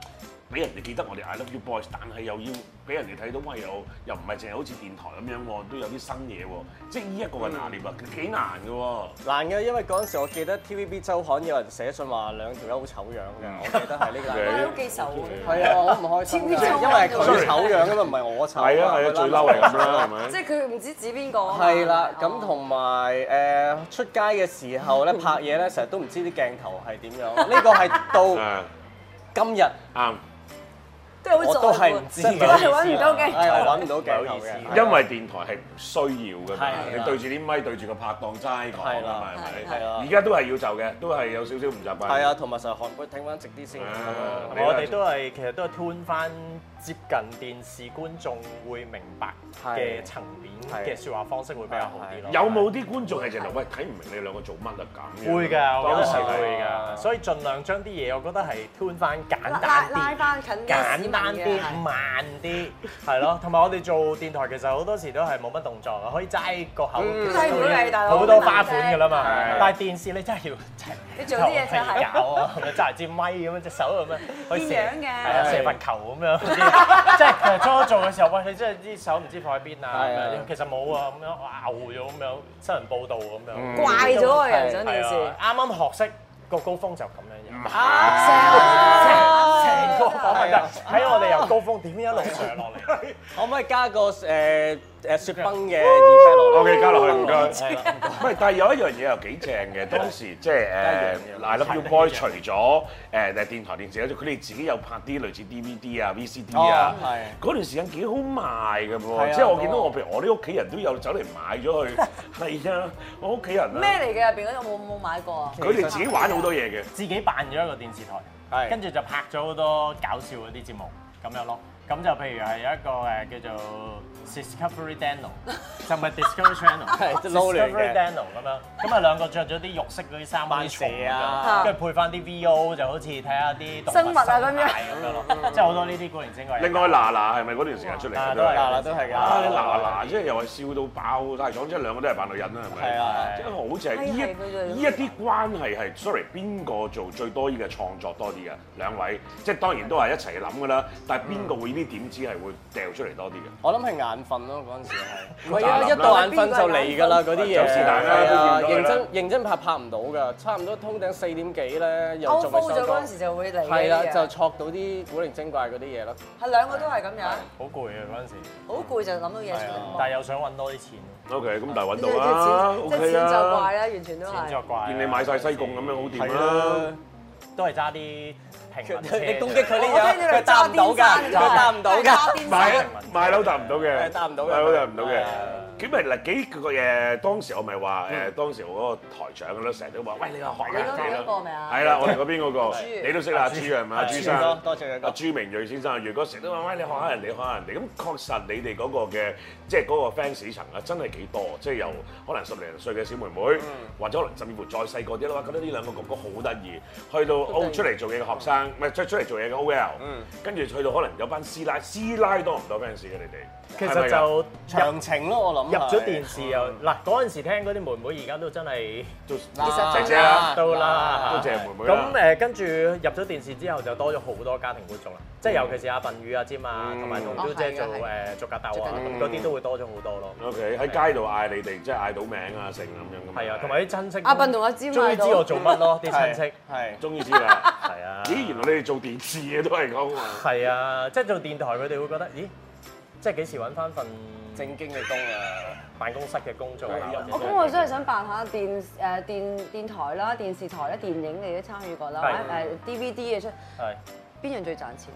A: 俾人哋記得我哋 I Love You Boys，但係又要俾人哋睇到，喂又又唔係淨係好似電台咁樣喎，都有啲新嘢喎，即係呢一個嘅拿捏啊，幾難嘅喎。
D: 難嘅，因為嗰陣時我記得 TVB 周刊有人寫信話兩條友好醜樣嘅，我記得係 呢
A: 嗯
D: 個。
B: 哇你好記仇喎，
D: 係啊，我好唔開心㗎，因為
B: TVB 周刊
D: 佢醜樣啊嘛，唔係我醜嘛。
A: 係啊係啊，最嬲係咁啦，係咪
B: 即？係佢唔知指邊個啊嘛
D: 係啦，
B: 哦
D: 咁同埋誒出街嘅時候咧，拍嘢咧成日都唔知啲鏡頭係點樣，呢個係 到
A: 啊，
D: 今日
A: 啱，
B: 都係好
D: 我都係唔知
B: 在
D: 嘅，
B: 乎都係揾唔到
D: 係
B: 嘅。
D: 我揾唔到鏡頭
E: 唔好
D: 嘅，
A: 因為電台係唔需要㗎嘛
D: 啊係啊，
A: 你對住啲咪對住個拍檔齋講㗎
D: 係
A: 嘛
D: 啦，
A: 係
D: 係啊
A: 咪？而家都係要就嘅，都係有少少唔習慣。
D: 係啊，，同埋成日韓國睇翻直啲先，
A: 啊
E: 我哋都係其實都係 turn 翻接近電視觀眾會明白嘅
D: 係
E: 層面
D: 係
E: 嘅説話方式會比較好啲咯。
A: 有冇啲觀眾係直頭喂睇唔明你兩個做乜啊咁樣？
E: 會㗎，我
A: 當
E: 覺
A: 時
E: 得
A: 係
E: 會㗎，所以盡量將啲嘢我覺得係 turn 翻簡
B: 拉
E: 單
B: 拉翻近啲市
E: 啲。簡
B: 民
E: 單
B: 嘅
E: 啲、
B: 係
E: 慢啲，係咯。同埋我哋做電台其實好多時都係冇乜動作嘅，可以齋個口，其實都已經好多花款㗎啦嘛
A: 係。
E: 但係電視你真係要
B: 你做啲嘢就係
E: 搞啊，咪揸支咪咁樣，隻手咁樣去射，
B: 變樣嘅
E: 係啊，射罰球咁樣，唔知即係其實初初做嘅時候，喂，你真係啲手唔知放喺邊啊，
D: 係啊
E: 咁樣其實冇啊，咁樣哇牛咗咁樣，新聞報導咁樣，
B: 怪咗個人上電
E: 係
B: 視
E: 啊，。啱啱學識個高峰就咁樣樣。
B: 啊
E: 成個訪問都係喺我哋由高峰點一路上落嚟，
D: 可唔可以加個誒誒雪崩嘅 effect 落
A: OK，
D: 嚟。
A: 加落去唔該。
D: 係啦
A: 唔係，但係有一樣嘢又幾正嘅，當時即係誒
D: 啊一樣嘢
A: I Love You Boy 除咗誒電台電視佢哋自己有拍啲類似 DVD 啊、VCD 啊
D: 哦，
A: 嗰段時間幾好賣嘅
D: 係
A: 噃，
D: 啊
A: 即係我見到我譬如我啲屋企人都有走嚟買咗 佢，係啊，我屋企人
B: 咩
A: 啊，
B: 嚟嘅入邊嗰度冇冇買過啊？
A: 佢哋自己玩好多嘢嘅。
E: 自己辦咗一個電視台，
D: 係
E: 跟住就拍咗好多搞笑嗰啲節目咁樣咯。咁就譬如係有一個誒叫做 Discovery Channel，就唔係 Discovery Channel，
D: 係即係撈亂嘅
E: Discovery Channel 咁樣。咁啊兩個着咗啲肉色嗰啲衫，
D: 扮蛇啊
E: 好似蟲咁樣跟住配翻啲 VO，就好似睇下啲動
B: 生物啊咁樣
E: 生態咁樣咯。即係好多呢啲古靈精怪嘢。啊
A: 另外嗱嗱係咪嗰段時間出嚟嘅
E: 嗱
A: 都
E: 都係
A: 係？
D: 嗱嗱都係㗎。
A: 啊！你嗱嗱，即係又係笑到爆晒廠，即係兩個都係扮女人啦，係咪？
D: 係啊係
A: 即係好似係依
B: 係係佢哋
A: 一依一啲關係係，sorry，邊個做最多依嘅創作多啲嘅？兩位即係當然都係一齊諗㗎啦，但係邊個會呢啲點子係會掉出嚟多啲嘅？
D: 我諗係眼瞓咯，嗰陣時係。唔係
A: 眼
D: 啊，
A: 瞓
D: 一到眼瞓就嚟㗎啦，嗰啲嘢。
A: 就是但啦
D: 係啊
A: 都見到佢
D: 認
A: 啦
D: 真認真拍拍唔到㗎，差唔多通頂四點幾咧，又
B: 歐
D: 仲
B: 煲
D: 未
B: 咗
D: 收
B: 嗰
D: 工
B: 陣。時就會嚟嘅。
D: 係啦，就
B: 呢啲嘢
D: 錯到啲古靈精怪嗰啲嘢咯。
B: 係兩個都係咁樣，
E: 好攰啊嗰陣時，
B: 好攰就諗到嘢出
E: 但係
B: 嚟。
E: 又想揾多啲錢，
A: OK，咁但係揾
B: 嗯即
A: 到啦
B: 係
A: ，OK
B: 錢就
A: 啦
B: 怪，啦，完全都
E: 錢作
B: 係。
E: 怪啊。
A: 見你買晒西貢咁樣好掂
D: 係
A: 啦
B: 啊
D: 啦。，
E: 都係揸啲平民車
D: 你攻擊佢呢
B: 我聽
D: 樣，
B: 你哋
D: 佢答唔到㗎，佢答唔到㗎。
A: 買買樓搭唔到嘅，
D: 係搭唔到嘅
A: 買樓搭唔到嘅
D: 係。
A: 咁咪嗱幾個誒？當時我咪話
D: 嗯
A: 誒，當時我嗰個台長咧，成日都話：喂，你話學人
B: 你
A: 哋
B: 嗰個未
A: 啦
B: 啊，
A: 係啦，我哋嗰邊嗰個，
B: 朱
A: 你都識啦，阿朱係咪啊？朱
D: 朱哥
A: 生，
D: 多謝佢
A: 阿
D: 講。
A: 朱明鋭先生，如果成日都話：喂，你學下人哋，學下人哋。咁確實你哋嗰個嘅，即係嗰個 fans 層啊，真係幾多？即係由可能十零歲嘅小妹妹，或者可能甚至乎再細個啲啦，覺得呢兩個哥哥好得意。去到 O 出嚟做嘢嘅學生，唔係出出嚟做嘢嘅 OL，跟住去到可能有班師奶，師奶多唔多 fans 嘅你哋？
E: 其
A: 係咪
E: 實
A: 㗎
E: 就入
D: 長情咯，我諗
E: 入咗電視又嗱嗰陣時聽嗰啲妹妹，而家都真係
A: 都
D: 實
A: 姐姐啦，
E: 都啦
A: 多謝妹妹啦
E: 咁。誒，跟住入咗電視之後就多咗好多家庭觀眾啦，即係尤其是阿笨魚啊、尖啊，同埋同
B: 哦
E: 表姐做
B: 係嘅係
E: 誒逐格鬥啊，
B: 嗯
E: 咁嗰啲都會多咗好多咯。
A: O K 喺街度嗌你哋，即係嗌到名啊，成咁樣咁。
E: 係啊，同埋啲親戚
B: 阿笨同阿啊尖
E: 終
B: 買
E: 於
B: 到
E: 知我做乜咯，啲親戚
D: 係
A: 終於知啦。
E: 係啊。
A: 咦，原來你哋做電視嘅都係咁啊！
E: 係啊，即係做電台佢哋會覺得，咦，即係幾時揾翻份
D: 正經嘅工啊，
E: 辦公室嘅工作啊？或者
B: 哦我咁我真係想扮下電誒電電台啦、電視台啦、電影你都參與過啦，或
E: 係
B: 者誒呃 DVD 嘅出，
E: 係
B: 邊樣最賺錢？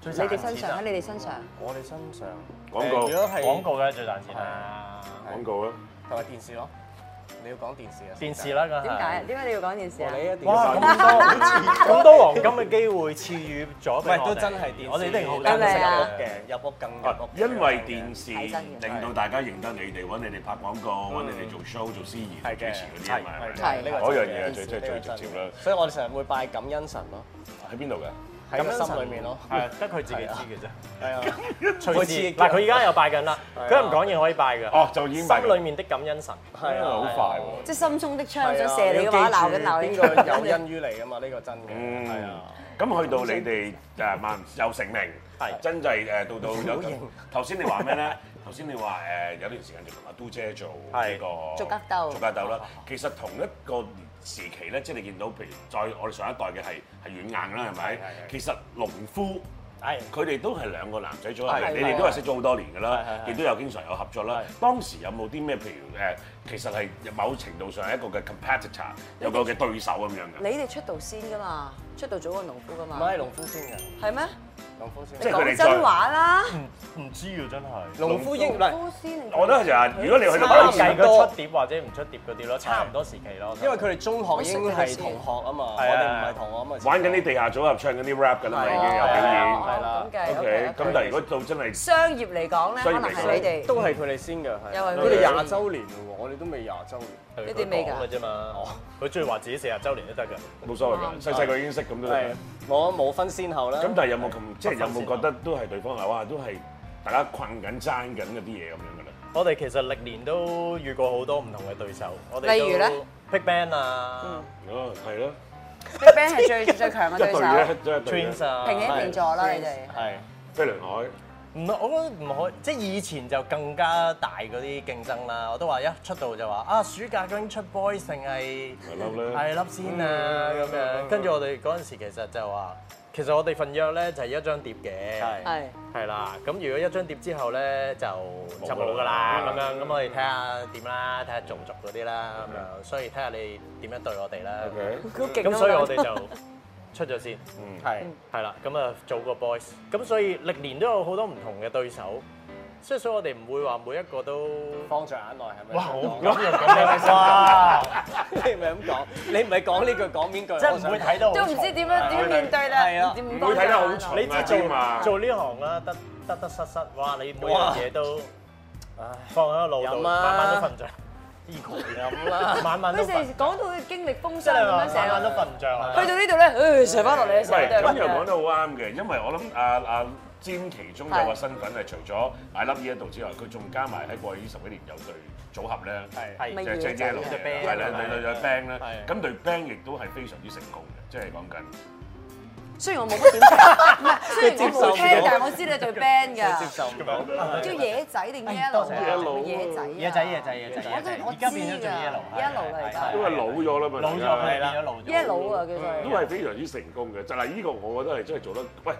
E: 最
B: 你
E: 賺
B: 哋身
E: 錢
B: 上
E: 啊
B: 喺你哋身上，
D: 我哋身上
A: 廣告
D: 誒如果係
E: 廣告梗係最賺錢啦，
A: 廣告啊，
D: 同埋電視咯，你要講電視啊，
E: 電視啦梗係。
B: 點解？點解你要講電視
D: 我
B: 啊？
D: 你一電視
E: 哇！咁多咁多黃金嘅機會賜予咗
D: 唔
E: 俾我
D: 係
E: 哋
D: 都真係電視，
E: 我哋一定好
D: 單
E: 珍惜
B: 係
D: 入
B: 咪啊
D: 屋嘅，入屋更入
A: 啊
D: 屋嘅。
A: 因為電視
B: 睇真嘅
A: 令到大家認得你哋，揾你哋拍廣告，揾你哋做 show、做司儀、做
D: 係
A: 主
D: 嘅，
A: 持嗰啲啊嘛。
D: 係
A: 係咪
D: 係呢個
A: 嗰樣
D: 真
A: 嘢
D: 嘅
A: 最
D: 電視
A: 真係
D: 呢
A: 最直
D: 個
A: 接啦
D: 真嘅所以我哋成日會拜感恩神咯，
A: 喺邊度嘅？
D: 喺個心裏面咯。
E: 係得佢自己知
D: 係啊，
E: 嘅啫。隨
D: 每次
E: 時嗱，佢而家又拜緊啦，
D: 啊
E: 佢一唔講嘢可以拜㗎。
A: 哦就已經拜緊
E: 心裡面的感恩神。
D: 係
A: 啊，
D: 啊，
A: 好快喎！
B: 即係心中的槍
D: 係啊。
B: 想射你嘅話，鬧緊鬧你。
D: 邊個有恩於你啊嘛？呢個真嘅，係
A: 嗯
D: 啊。，
A: 咁去到你哋誒萬又成名，
E: 係
A: 真係誒到到有頭先你話咩咧？頭先你話誒有段時間就同阿嘟姐做呢
E: 係
A: 個
B: 做格鬥
A: 做格鬥啦。其實同一個時期咧，即係你見到譬如再我哋上一代嘅係係軟硬啦，係咪？其實農夫。
E: 係
A: 佢哋都係兩個男仔組合嚟，
D: 係
A: 你哋都係識咗好多年㗎啦，
E: 係係係
A: 亦都有經常有合作啦。當時有冇啲咩譬如誒，其實係某程度上係一個嘅 competitor，有個嘅對手咁樣嘅，
B: 你哋出道先㗎嘛，出道早過農夫㗎
D: 唔
B: 嘛，
D: 係農夫先嘅，
B: 係咩？
D: 農夫先。
A: 即係佢哋
B: 講
A: 再
B: 真話啦，
E: 唔知啊，真係。
D: 農夫英唔係，
B: 農夫先定
A: 我覺得就係如果你去到某
E: 我
A: 個程
E: 計
A: 度
E: 佢出碟或者唔出碟嗰啲咯，差唔多時期咯。
D: 因為佢哋中學已經係同學啊嘛，我
E: 係啊
D: 哋唔係同學啊嘛。
A: 玩緊啲地下組合，唱緊啲 rap 㗎啦嘛，已經有表演。
D: 係
B: 哦
D: 啦
B: 咁嘅
A: OK，
B: OK，
A: 咁但係如果到真係
B: 商業嚟講咧，
A: 商業
B: 可
A: 嚟講
B: 能係你哋
D: 都係佢哋先嘅，係
B: 又係佢哋
D: 佢哋廿週年喎，我哋都未廿週年。
E: 佢
B: 你哋未㗎
E: 講嘅啫嘛，佢中意話自己四十週年都得㗎。
A: 冇所謂㗎，細細個已經識咁都得㗎
D: 係。，我冇分先後啦。
A: 咁但係有冇咁即係有
E: 不分
A: 冇
E: 先後
A: 覺得都係對方係哇都係大家困緊爭緊嗰啲嘢咁樣㗎咧？
E: 我哋其實歷年都遇過好多唔同嘅對手，我哋
B: 例如呢
E: 都 Big Bang 啊、
A: 哦，係咯，
B: Big Bang 係最最強嘅
A: 一隊
B: 對手，
A: 咧，一隊咧
E: Twins 啊，
B: 平起平坐啦，你哋
D: 係
A: 飛輪海
E: 唔係，我覺得唔可以，即係以前就更加大嗰啲競爭啦。我都話一出道就話啊，暑假究竟出 boys 定係
A: 粒咧
E: 係粒先啊咁樣。跟住我哋嗰陣時其實就話，其實我哋份約咧就係一張碟嘅，
B: 係
E: 係啦。咁如果一張碟之後咧就
A: 冇
E: 就冇
A: 㗎
E: 㗎
A: 啦
E: 啦，咁樣咁我哋睇下點啦，睇下做唔做嗰啲啦咁樣。所以睇下你點樣對我哋啦。
A: OK，
B: 都勁啊
E: 咁所以我哋就出咗先，
A: 嗯
E: 係係啦，咁啊做個 boys，咁所以歷年都有好多唔同嘅對手，所以所以我哋唔會話每一個都
D: 放在眼內係咪？
E: 哇好
D: 咁
E: 咁又咁樣哇，
D: 你咪咁講，你唔係講呢句講邊句？
E: 即係唔會睇到好
B: 都唔知點樣點樣面對
D: 係啊
B: 啦，
A: 唔
B: 唔
A: 會睇得好重
E: 重，你
A: 啊
E: 知做
A: 嘛？
E: 做呢行啦，得得得失失，哇！你每樣嘢都放喺個腦度，
D: 飲啊
E: 晚晚都瞓唔着，依個咁啦， 晚晚
B: 佢
E: 都
B: 成
E: 瞓
B: 日，講到經歷風
E: 即
B: 霜
E: 係
B: 咁樣
E: 晚晚都
B: 成
E: 瞓
B: 日。
E: 唔着。
B: 去到呢度咧，唉，上翻落嚟
A: 唔
B: 嘅時
A: 係
B: 候
A: 咁
B: 都
A: 又講
B: 係
A: 得好啱嘅，因為我諗阿阿詹其中有個身份係除咗 I Love You 一度之外，佢仲加埋喺過去呢十幾年有隊組合咧，即係
E: 係
B: 咪
A: 即係 Yellow
E: 隻
A: 嘅，
E: band
A: 係啦，對對 band 咧，
E: 係
A: 咁對 band 亦都係非常之成功嘅，即係講緊。
B: 雖然我冇乜點聽，唔係雖然我冇聽
D: 佢接
B: 但
D: 受唔，到
B: 係我知你對 band
D: 接
B: 㗎，
D: 受唔到。
B: 叫野仔定
E: 哎
B: yellow
E: 多謝
B: 啊？野
A: Yellow
B: 仔啊，
E: 野仔野仔野仔，
B: 我都我
E: 而
B: 知
E: 家變咗做
B: 㗎
E: yellow
B: ，yellow 嚟
A: 因為
B: 㗎
A: 老咗啦嘛，
E: 老咗
A: 大家
E: 係啦，變咗老咗。
B: ，yellow 啊叫
A: 都
B: 做。
A: 係非常之成功嘅。就係呢個，我覺得係真係做得，喂，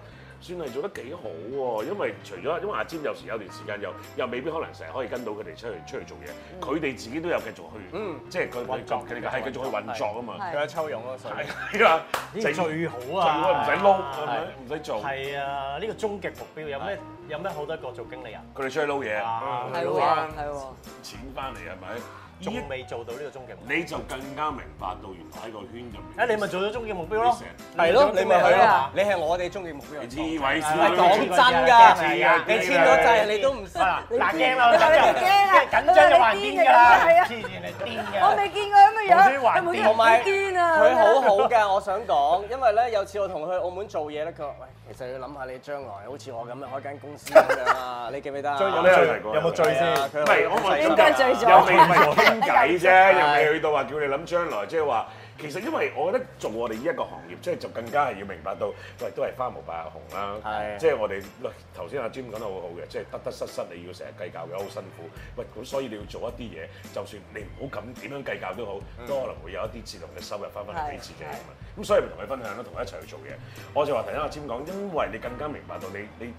A: 算係做得幾好喎。因為除咗因為阿詹有時有段時間又又未必可能成日可以跟到佢哋出去出去做嘢，
E: 嗯
A: 佢哋自己都有繼續去，即係佢佢佢哋係繼續去運作啊嘛。
D: 佢有抽佣咯，所以
A: 係啦，
E: 呢
A: 整
E: 個最好
A: 最
E: 啊！
A: 好唔使撈，係咪？唔使做，佢
E: 係啊，呢個終極目標有咩有咩好得過做經理人？
A: 哋出去撈嘢，
E: 啊
B: 係喎，
A: 翻
B: 係喎，
A: 錢翻嚟係咪？
E: 仲
A: 呢
E: 未做到呢個終極目標。
A: 你就更加明白到原來喺個圈入面，
E: 誒，你咪做咗終極目標咯。
D: 係咯，你咪係
B: 係
D: 咯
B: 啊，
D: 你係我哋中意目標
A: 你
D: 人
A: 知
D: 講。
A: 位先
D: 唔係講真
A: 係啊
D: 㗎，你簽咗掣你都唔識。
E: 嗱嗱驚
B: 你話
E: 啦，
B: 你驚啦
E: 緊張就話癲㗎啦
B: 係啊，
E: 黐線你癲
B: 我
E: 㗎。
B: 未見過咁嘅樣，有冇
E: 無端端
B: 見
D: 同埋
B: 癲啊？
D: 佢好好㗎，我想講，因為咧有次我同佢去澳門做嘢咧，佢話：喂，其實要諗下你將來好似我咁樣開間公司咁樣啊，你記唔記得啊？
A: 有呢個提過
E: 有冇醉
D: 係
E: 先？
D: 啊佢
A: 唔
D: 話
A: 係我問
B: 應該醉咗
A: 又未唔係 傾偈啫，又未去到話叫你諗將來，即係話其實因為我覺得做我哋呢一個行業，即係就更加係要明白到，喂都係花無百日紅啦，
D: 係
A: 即係我哋喂頭先阿 Jim 講得好好嘅，即係得得失失你要成日計較嘅，好辛苦。喂咁所以你要做一啲嘢，就算你唔好咁點樣計較都好，都可能會有一啲自動嘅收入翻翻嚟俾自己啊嘛。咁所以咪同佢分享咯，同佢一齊去做嘢。我就話頭先阿詹講，因為你更加明白到你你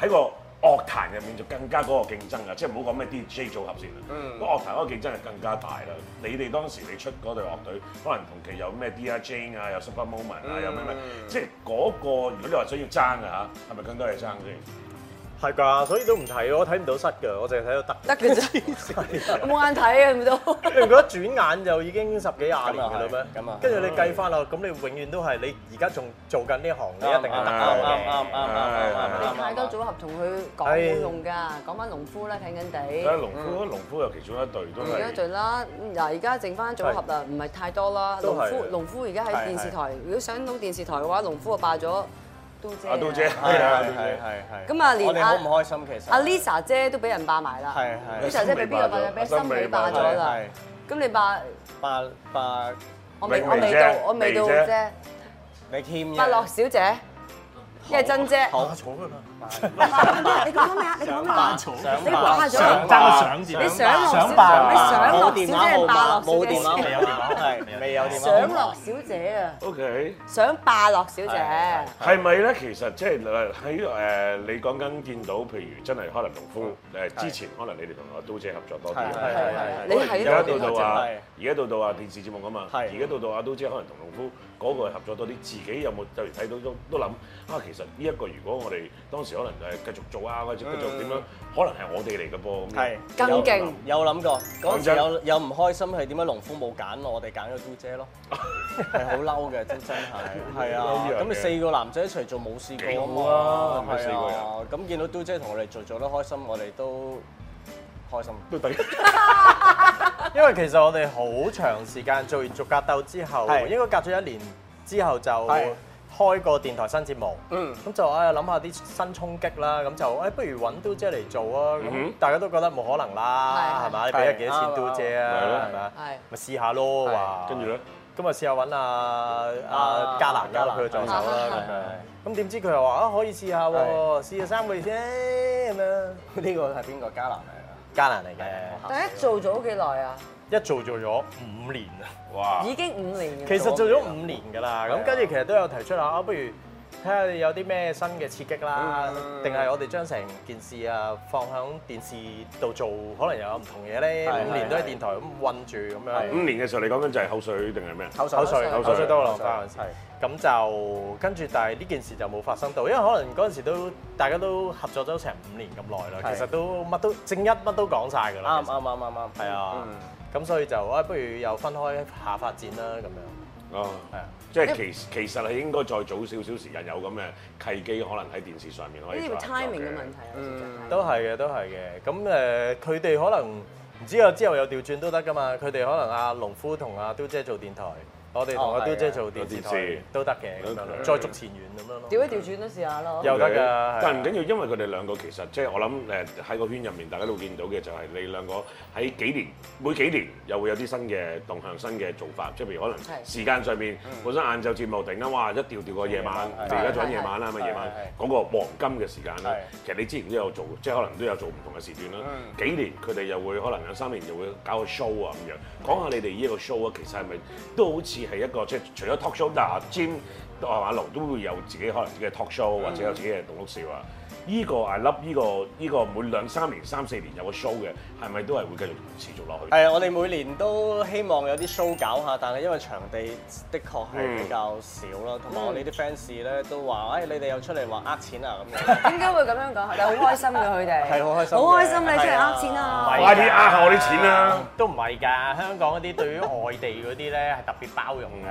A: 喺個樂壇入面就更加嗰個競爭啊，即係唔好講咩 DJ 組合先啦。個樂壇嗰個競爭係更加大啦。你哋當時你出嗰隊樂隊，可能同期有咩 Dear Jane 啊，有 Super Moment 啊，有咩咩，即係嗰個如果你話想要爭啊嚇，係咪更多嘢爭先？
E: 係㗎，所以都唔睇，我睇唔到失㗎，我淨係睇到
B: 得嘅啫，冇眼睇啊，咁都。
E: 你唔覺得轉眼就已經十幾廿年㗎啦咩？
D: 咁啊係
E: 跟住你計翻啦，咁你永遠都係你而家仲做緊呢行，你一定係得
D: 啱啱
E: 嘅。
D: 啱啱啱
B: 你
D: 啱
B: 太多組合同佢講冇用㗎，講翻農夫啦，近近
A: 睇下
B: 地。
A: 啊農夫，農夫有其中一隊都
B: 而家
A: 係
B: 對啦，嗱而家剩翻組合啦，唔係太多啦。農
E: 都係
B: 夫農夫而家喺
D: 係
B: 電視台，如果上到電視台嘅話，農夫就啊霸咗都姐。
A: 阿都姐，
D: 係
A: 係啊，
D: 係
A: 都
D: 係
A: 姐。
D: 係係。
B: 咁啊連
D: 我哋好唔
B: 阿
D: 開心其實。
B: 阿 Lisa 姐都俾人霸埋啦。
D: 係係
B: Lisa 姐俾邊個霸咗？俾森美霸咗啦。
D: 係
B: 咁你霸
D: 八八，
B: 我未
A: 明
B: 我未
A: 明
B: 到
A: 啫
B: 我未到
A: 明啫
B: 啫，
D: 你簽嘅
B: 伯樂小姐，一係真姐。
D: 好
E: 坐㗎啦，
B: 你講咩啊？你講咩啊？
D: 想
B: 你霸咗
D: 想
E: 爭上字，
B: 你想落
E: 想
B: 你
E: 辦
B: 想落
D: 冇
B: 小姐
D: 電話號
B: 係霸落
D: 碼，冇
B: 小姐
D: 電話號
E: 未有
D: 碼，
E: 電話號碼
D: 係未有電啊話
B: 想
D: 號
B: 落
D: 碼。
B: 小姐啊！
A: OK。
B: 想霸樂小
D: 係
B: 姐，
A: 係咪咧？其實即係誒喺誒，你講緊見到，譬如真係可能農夫誒之前，可能你哋同阿都姐合作多啲
D: 嗯係係
A: 啦。
D: 係係。
B: 你
A: 而
B: 喺
A: 家
B: 度
A: 到
B: 嘅
A: 到
B: 話，
A: 啊
D: 係，
A: 而家到到啊電視節目啊嘛，
D: 係
A: 而家到到阿都姐可能同農夫嗰個合作多啲，自己有冇就睇到都都諗啊，其實呢一個如果我哋當時可能誒繼續做啊，或者繼續點樣，可能係我哋嚟嘅噃咁樣。
D: 嗯係
B: 更勁，
D: 有諗過，嗰
A: 講
D: 陣時
A: 真
D: 有有唔開心係點解農夫冇揀我，我哋揀咗嘟姐咯，係好嬲嘅，真真係，係啊
A: 嬲呢樣嘢，
D: 咁你四個男仔一齊做冇試過
A: 幾好啊
D: 啊嘛，
A: 係咪四個人
D: 啊，咁見到嘟姐同我哋做做得開心，我哋都開心。
A: 都抵。
E: 因為其實我哋好長時間做完逐格鬥之後，
D: 係
E: 應該隔咗一年之後就
D: 係
E: 開個電台新節目。
D: 嗯
E: 咁就唉諗下啲新衝擊啦，咁就誒不如揾嘟姐嚟做啊！咁大家都覺得冇可能啦，
B: 係係
E: 係嘛？你俾咗幾
D: 嗯
E: 多
D: 係
E: 錢嘟姐
A: 啱啊
E: 啊？係咪啊
B: 係
E: 咪試下咯，話
A: 跟住咧，
E: 咁啊試下揾阿阿
D: 啊
E: 加拿加
D: 嘉
E: 拿
D: 蘭
E: 佢助手啦
B: 啊
D: Ờ.
E: 咁樣。咁點知佢又話啊可以試下喎，試下三個月先咁樣。
D: 呢個係邊個加拿嚟
E: 加難嚟嘅，
B: 但一做咗幾耐啊？
E: 一做做咗五年啊。
A: 哇！
B: 已經五年嘅。
E: 其實做咗五年㗎啦，咁跟住其實都有提出啦，啊不如睇下有啲咩新嘅刺激啦，定係我哋將成件事啊放喺電視度做，可能又有唔同嘢咧。
D: 係
E: 五年
D: 係
E: 都喺電台咁韞住咁
A: 五
E: 樣，
A: 年嘅時候，你講緊就係口水定係咩啊？
D: 口水
E: 口水
A: 口水
E: 口水多啦，
D: 口水
E: 嗰陣時。咁就跟住，但係呢件事就冇發生到，因為可能嗰陣時都大家都合作咗成五年咁耐啦，
D: 係
E: 其實都乜都正一乜都講晒㗎啦。
D: 啱
E: 其實
D: 啱啱啱啱。
E: 係啊
D: 嗯，
E: 咁所以就啊，不如又分開下發展啦咁樣。
A: 哦，
E: 係啊。
A: 即係其其實係應該再早少少時間有咁嘅契機，可能喺電視上面可以
B: 呢個
A: 再合作
B: timing 嘅問題啊，其實係
E: 都係嘅，都係嘅。咁誒，呃佢、哋可能唔知啊，之後有調轉都得噶嘛。佢哋可能阿農夫同阿嘟姐做電台，我哋同
D: 哦
E: 阿嘟姐
D: 係啊
E: 做電
A: 做
E: 視
A: 電視
E: 台都得嘅咁樣咯
A: Okay
E: 再續前緣咁樣咯。
B: 調一調轉都試下 咯。
E: 又得㗎係啊
A: 但唔緊要，因為佢哋兩個其實即係我諗誒喺個圈入面，大家都見到嘅就係你兩個喺幾年每幾年又會有啲新嘅動向、新嘅做法，即係譬如可能
B: 係
A: 時間上面本身晏晝節目突然間哇一調調個夜晚，
D: 係
A: 你而家做緊夜晚啦，咪
D: 係
A: 夜晚
D: 係
A: 嗰個黃金嘅時間啦
D: 係。
A: 其實你之前都有做，即係可能都有做唔同嘅時段啦。幾年佢哋又會可能兩三年又會搞個 show 啊咁樣。講下你哋呢個 show 啊，其實係咪都好似係一個即係除咗 talk show 嗱，Jim 阿馬龍都會有自己可能自己嘅 talk show 或者有自己嘅棟篤笑啊。呢個 I love 呢個呢個每兩三年、三四年有個 show 嘅，係咪都係會繼續持續落去？
D: 係，我哋每年都希望有啲 show 搞下，但係因為場地的確係比較少啦，同埋我哋啲 fans 咧都話：，誒，你哋又出嚟話呃錢啊咁樣。
B: 點解會咁樣講？但係好開心嘅佢哋，
D: 係好開心嘅
B: 好開心你出嚟
D: 係啊
B: 呃錢
E: 唔係
B: 啊！
A: 快啲呃下我啲錢啦！
E: 都唔係㗎，香港嗰啲對於外地嗰啲咧係特別包容㗎，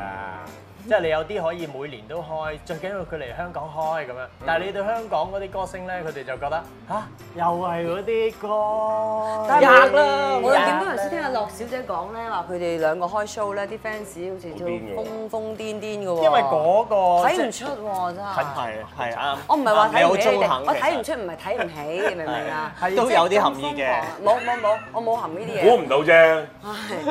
E: 即係你有啲可以每年都開，最緊要佢嚟香港開咁樣。但係你對香港嗰啲歌星咧，佢哋就覺得吓、又係嗰啲歌，
B: 但係
C: 吔啦
E: Dạ.
B: 我哋點嗰陣時聽阿樂小姐講咧，話佢哋兩個開 show 咧，啲 fans 好似都
A: 好癲㗎喎
B: 瘋瘋癲癲嘅喎。
E: 因為嗰、個
B: 睇 唔
E: 即
B: 出喎，真係。
D: 係係啱。
B: 我唔係話睇唔起你
D: 你
B: 哋，
D: 好中肯
B: 我睇唔出唔係睇唔起，你明唔明啊？
D: 係都有啲含義嘅
B: 即係咁瘋狂冇冇冇，我冇含呢啲
A: 估
B: 嘢。
A: 唔到啫，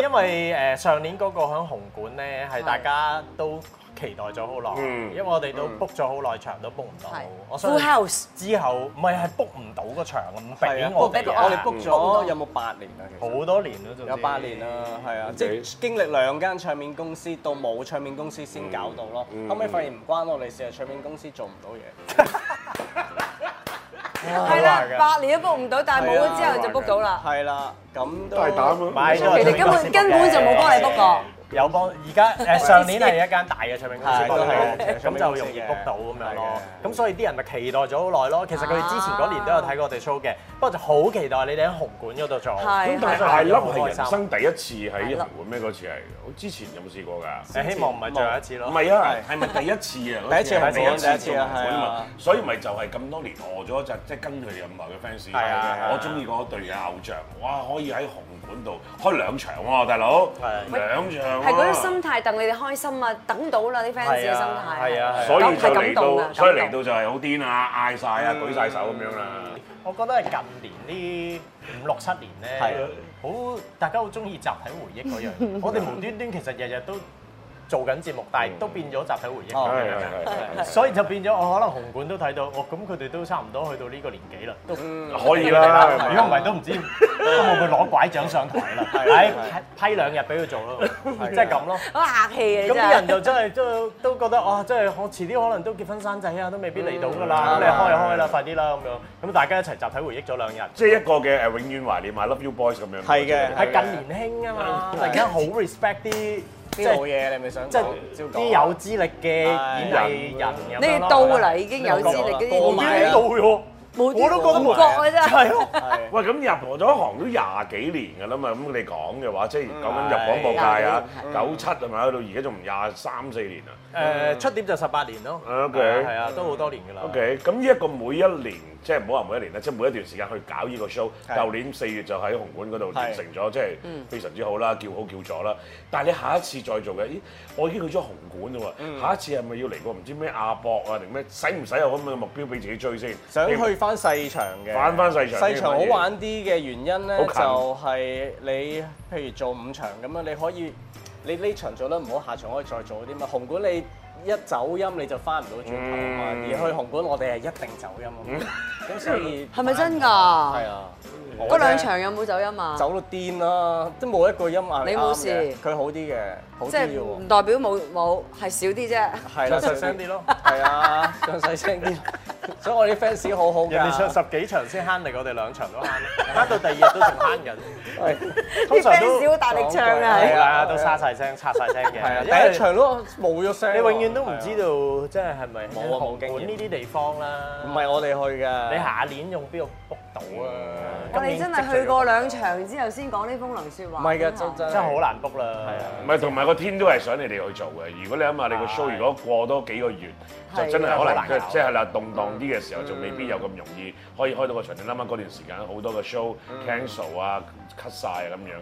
E: 因為誒上年嗰個喺紅館咧，係大家都期待咗好耐，
A: 嗯
E: 因為我哋都 book 咗好耐場都 book 唔到
B: 係。
E: 我相
B: Full
E: 信
B: house。
E: 之後唔係係 book 唔到個場，唔
D: 係啊
E: 俾我哋啊。
D: 我哋 book 咗有冇八年啊？其實
E: 好多年啦，總之
D: 有八年啦，係啊，即係
A: OK
D: 經歷兩間唱片公司到冇唱片公司先搞到咯。後尾發現唔關我哋事，係唱片公司做唔到嘢。
B: 係啦，八年都 book 唔到，但係冇咗之後就 book 到啦。
D: 係啦，咁都
A: 大膽啊！
E: 買咗
B: 其實根本根本就冇幫你 book 過。
E: 有幫 而家誒上年係一間大嘅唱片公司
D: 係
E: 幫
D: 都
E: 我
D: 係
E: 哋，
D: 唱
E: 咁
D: 片
E: 就
D: 公司
E: 容易 book 到咁樣咯。
D: 嘅
E: 咁所以啲人咪期待咗好耐咯。其實佢哋之前嗰年都有睇過我哋 show 嘅，不過就好期待你哋喺紅館嗰度做。
B: 係
A: 咁但係
E: 係
A: I love
E: 好
A: 係
E: 開
A: 人
E: 心
A: 生第一次喺紅館咩？嗰次係我之前有冇試過㗎？
E: 誒希望唔係最後一次咯。
A: 唔係啊，係咪第一次啊？
D: 第一次
A: 嗰
D: 紅館
A: 係
D: 第一次
A: 做
D: 啊
A: 紅館
D: 係
A: 嘛
D: 啊，
A: 所以咪就係咁多年餓咗就即係跟佢哋咁埋嘅 fans。
E: 係啊係啊
A: 我中意嗰隊嘅偶像，哇！可以喺紅館度開兩場喎，大佬，兩場喎啊
B: 係嗰啲心態，等你哋開心啊，等到啦啲 fans 嘅心
D: à,
B: 態。
E: 係啊係啊
A: 所以就嚟
B: 感動
A: 到，
B: 啊嗯
A: 所以嚟到就係好癲啊，嗌晒啊，舉晒手咁樣啦。
E: 我覺得係近年呢五六七年
D: 係
E: 咧，好大家好中意集體回憶嗰樣。我哋無端端其實日日都做緊節目，但係都變咗集體回憶
D: 哦
A: 係
E: 咁
A: 係
E: 樣。
A: 係係
E: 所以就變咗我可能紅館都睇到，我咁佢哋都差唔多去到呢個年紀啦。都
A: 可以啦。係咪
E: 如果唔係都唔知都會唔會攞拐獎上台啦。唉，批批兩日俾佢做咯，即係咁咯。
B: 好客氣啊！
E: 咁
B: 真
E: 啲人
B: 係。
E: 就真係都都覺得哇，真係我遲啲可能都結婚生仔啊，都未必嚟到㗎啦。咁你開就開啦，快啲啦咁樣。咁大家一齊集體回憶咗兩日。
A: 即係一個嘅誒，永遠懷念 I Love You Boys 咁樣。
D: 係嘅
E: 係近年興啊嘛，突然間好 respect 啲即
D: 啲老
E: 係
D: 嘢，你咪想
E: 即係
D: 講
E: 啲有資歷嘅演藝人咁樣咯
B: 你哋到啦，已經有資歷嗰啲，
D: 過
E: 已
D: 埋
E: 經
D: 啦
E: 到咗，
B: 冇
E: 我都覺得
B: 唔覺啊真係。
D: 係
A: 喂，咁入咗行都廿幾年㗎啦嘛，咁你講嘅話，即係講緊入廣播界啊，九七係咪？到而家仲唔廿三四年啊
E: 誒出碟就十八年咯
A: Ờ, OK
E: 係啊，都好多年㗎啦。
A: ？OK，咁呢一個每一年，即係唔好話每一年啦，即係每一段時間去搞呢個 show。舊年四月就喺紅館嗰度完成咗，即係非常之好啦，叫好叫座啦。但係你下一次再做嘅，咦，我已經去咗紅館啦喎，下一次係咪要嚟個唔知咩亞博啊定咩？使唔使有咁嘅目標俾自己追先？
D: 想去翻細場嘅，
A: 翻翻細場
D: 細場好玩啲嘅原因咧，
A: 好
D: 就
A: 近
D: 係你譬如做五場咁樣，你可以你呢場做得唔好，下場可以再做啲嘛。紅館你一走音你就翻唔到轉頭啊嘛，
A: 嗯
D: 而去紅館我哋係一定走音啊
E: 嗯
D: 嘛。咁所 以
B: 係咪真㗎
D: 係啊，我
B: 嗰兩
D: 啫
B: 場有冇走音啊？
D: 走到癲啦，都冇一句音壓
B: 你冇事
D: 佢好啲嘅，好啲
B: 即
D: 嘅
B: 係
D: 喎
B: 唔。代表冇冇，係少啲啫。
D: 係啦，
E: 唱細聲啲咯
D: 係啊，唱細聲啲。所以我啲 fans 好好㗎。
E: 人哋唱十幾場先慳力，我哋兩場 都慳，慳到第二日都仲慳緊。
D: 喂
B: 啲 fans 好大力唱啊！
E: 係
B: 係
E: 啦，都沙晒聲、拆晒聲嘅。
D: 係啊，
E: 因為
D: 第一場都冇咗聲喎。
E: 你永遠都唔知道，即係係咪
D: 冇啊冇經驗
E: 紅館呢啲地方啦。
D: 唔係我哋去㗎。
E: 你下年用邊度 book 到啊？
B: 我哋真係去過兩場之後先講呢風涼説話。
D: 唔係㗎，真真
E: 真係好難 book 啦。
D: 係啊
A: 唔係，同埋個天都係想你哋去做嘅。如果你諗下你個 show，如果過多幾個月，就真係可
E: 係好難
A: 能
E: 搞
A: 即係啦，動盪啲嘅
E: 嗯
A: 時候就未必有咁容易可以開到個場。你諗下嗰段時間好多個 show cancel 啊、cut 晒啊咁樣。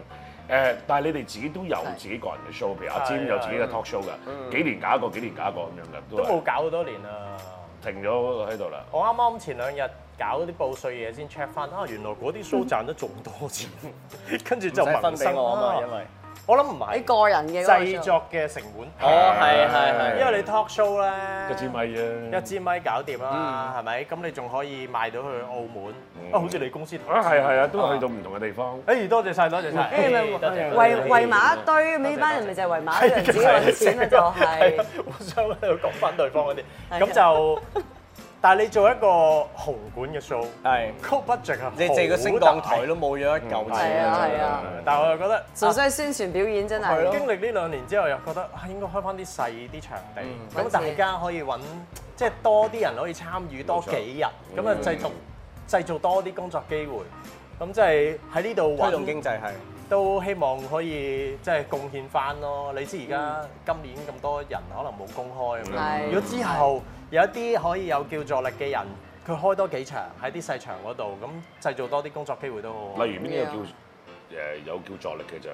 A: 誒，但係你哋自己都有自己個人嘅 show，譬如阿詹有自己嘅 talk show 㗎，幾年搞一個，幾年搞一個咁樣㗎，都
E: 嗯都
A: 係
E: 冇搞好多年啦。
A: 停咗喺度啦。
E: 我啱啱前兩日搞啲報稅嘢先 check 翻，啊原來嗰啲 show 賺得仲多錢， 跟住就
D: 唔使分
E: 萌
D: 俾
E: 生
D: 我啊嘛，
E: 啊
D: 因為
E: 我諗唔
B: 你
E: 係
B: 個人嘅嗰個
E: 製
B: show
E: 作嘅成本，
D: 哦係係
A: 係
D: 係，
E: 因為你 talk show 咧
A: 一支咪啫，
E: 一支咪搞掂啦嘛，係咪？咁你仲可以賣到去澳門，
A: 嗯
E: 啊好似你公司投
A: 啊
E: 資
A: 係係啊，都去到唔同嘅地方。
E: 誒多謝晒，多謝晒，
B: 跟住咪
E: 多謝
B: 圍圍埋一堆，呢班人咪就係圍 埋一堆人自己揾錢咯，就係。
E: 我想喺度講翻對方嗰啲，
B: 係
E: 咁就。但係你做一個紅館嘅 show，
D: 係
E: 個 budget 係
D: 你借個升降台都冇咗一嚿
B: 係
D: 錢
B: 啊
D: 啊！
B: 係啊，
E: 好大，但係我又覺得
B: 純粹係宣傳表演真
E: 係咯
B: 係。
E: 經歷呢兩年之後，又覺得啊應該開翻啲細啲場地，咁
B: 揾
E: 大
B: 錢
E: 家可以揾即係多啲人可以參與多幾日，咁啊製造製造多啲工作機會，咁即係喺呢度
D: 推動
E: 揾
D: 經濟係
E: 都希望可以即係貢獻翻咯。你知而家今年咁多人可能冇公開咁樣，
B: 係
E: 如果之後有一啲可以有叫助力嘅人，佢開多幾場喺啲細場嗰度，咁製造多啲工作機會都好好。
A: 例如邊個
E: 啊
A: 叫誒有叫助力嘅就係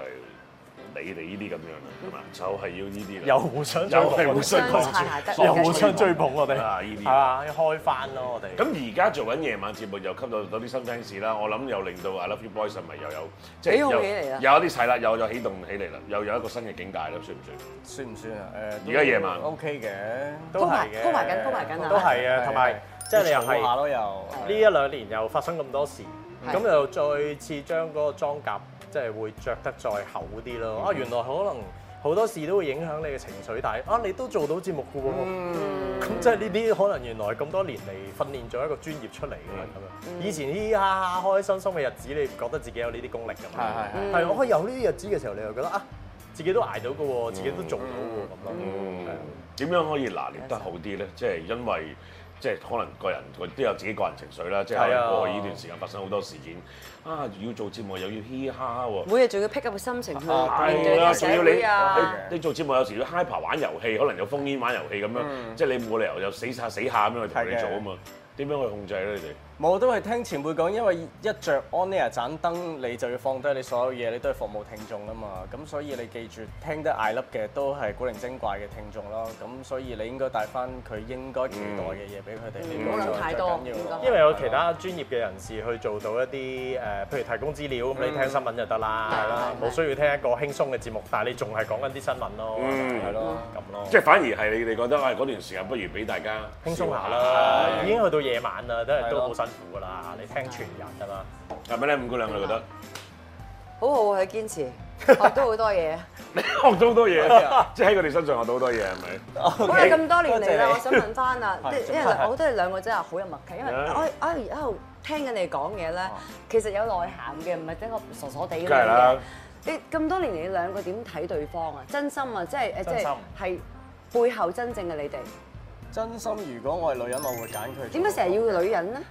A: 你哋呢啲咁樣啦，係嘛？就係要呢啲啦。
E: 又互相
A: 又係互
B: 相
A: 相
B: 追捧
A: 追
E: 又
A: 捧
E: 互相追捧我哋，
A: 啊呢啲
E: 係嘛？要開翻咯，我哋。
A: 咁而家做緊夜晚節目又吸到到啲新 fans 啦，我諗又令到 I Love You Boys 係咪又有即
B: 起
A: 係
B: 哄
A: 又
B: 起嚟啦
A: 有一啲係啦，又有起動起嚟啦，又有一個新嘅境界啦，算唔算？
D: 算唔算啊？誒，
A: 而家夜晚
D: OK 嘅，
E: 都係嘅，
B: 鋪埋鋪埋緊鋪埋緊啊
E: 都係嘅，同埋即係你又
D: 嘈下
E: 係
D: 咯又
E: 呢一兩年又發生咁多事，
B: 係
E: 咁又再次將嗰個裝甲即係會着得再厚啲咯。啊，原來可能好多事都會影響你嘅情緒，但係啊，你都做到節目嘅喎。咁即係呢啲可能原來咁多年嚟訓練咗一個專業出嚟嘅啦咁樣。以前嘻嘻哈哈開心心嘅日子，你唔覺得自己有呢啲功力㗎嘛？
D: 係
E: 係我有呢啲日子嘅時候，你又覺得啊，自己都捱到嘅喎，自己都做到喎咁咯。啊
A: 嗯，點樣可以拿捏得好啲咧？即係因為即係可能個人佢都有自己個人情緒啦，即係可
E: 係
A: 能
E: 啊
A: 過去呢段時間發生好多事件啊，要做節目又要嘻嘻哈哈喎。
B: 每日仲要 pick up 個心情去面
A: 係
B: 對
A: 啦，仲
B: 個社
A: 要你
B: 會啊！
A: 你你做節目有時要 hyper 玩遊戲，可能有封煙玩遊戲咁樣，即係你冇理由又死下死下咁樣去同
D: 係
A: 你
D: 嘅
A: 做啊嘛。點樣去控制咧？你哋？
D: 冇都係聽前輩講，因為一着 on air 盞燈，你就要放低你所有嘢，你都係服務聽眾啊嘛。咁所以你記住，聽得嗌粒嘅都係古靈精怪嘅聽眾咯。咁所以你應該帶翻佢應該期待嘅嘢俾佢哋。
B: 嗯
D: 呢個
B: 唔好諗
D: 就
B: 太多
D: 最緊要咯
E: 因為有其他專業嘅人士去做到一啲誒、呃譬如提供資料，咁、你聽新聞就得啦，嗯係啦，
B: 係係
E: 冇需要聽一個輕鬆嘅節目，但係你仲係講緊啲新聞咯，
A: 嗯
D: 係咯。
E: 咁咯，
A: 即係反而係你哋覺得，哎唉嗰段時間不如俾大家
E: 輕鬆
A: 笑
E: 下啦，已經去到夜晚啦，都
D: 係咯
E: 係都好辛苦㗎啦，你聽全日㗎啦，
A: 下，係咪咧？五姑娘，你覺得
B: 好好佢堅持，學到好多嘢。
A: 你學到好多嘢，即係喺佢哋身上學到好多嘢，係咪？
B: 好啦，咁多年嚟啦，
D: 多謝你
B: 我想問翻啦，
D: 係
B: 因為我覺得你兩個真係好有默契，因為我我喺度聽緊你講嘢咧，其實有內涵嘅，唔係整個傻傻地咁
A: 梗係
B: 樣
A: 啦
B: 嘅。你咁多年嚟，你兩個點睇對方啊？真心啊，即係誒，即
E: 真心
B: 係係背後真正嘅你哋，
D: 真心，如果我係女人，我會揀佢。
B: 點解成日要女人咧？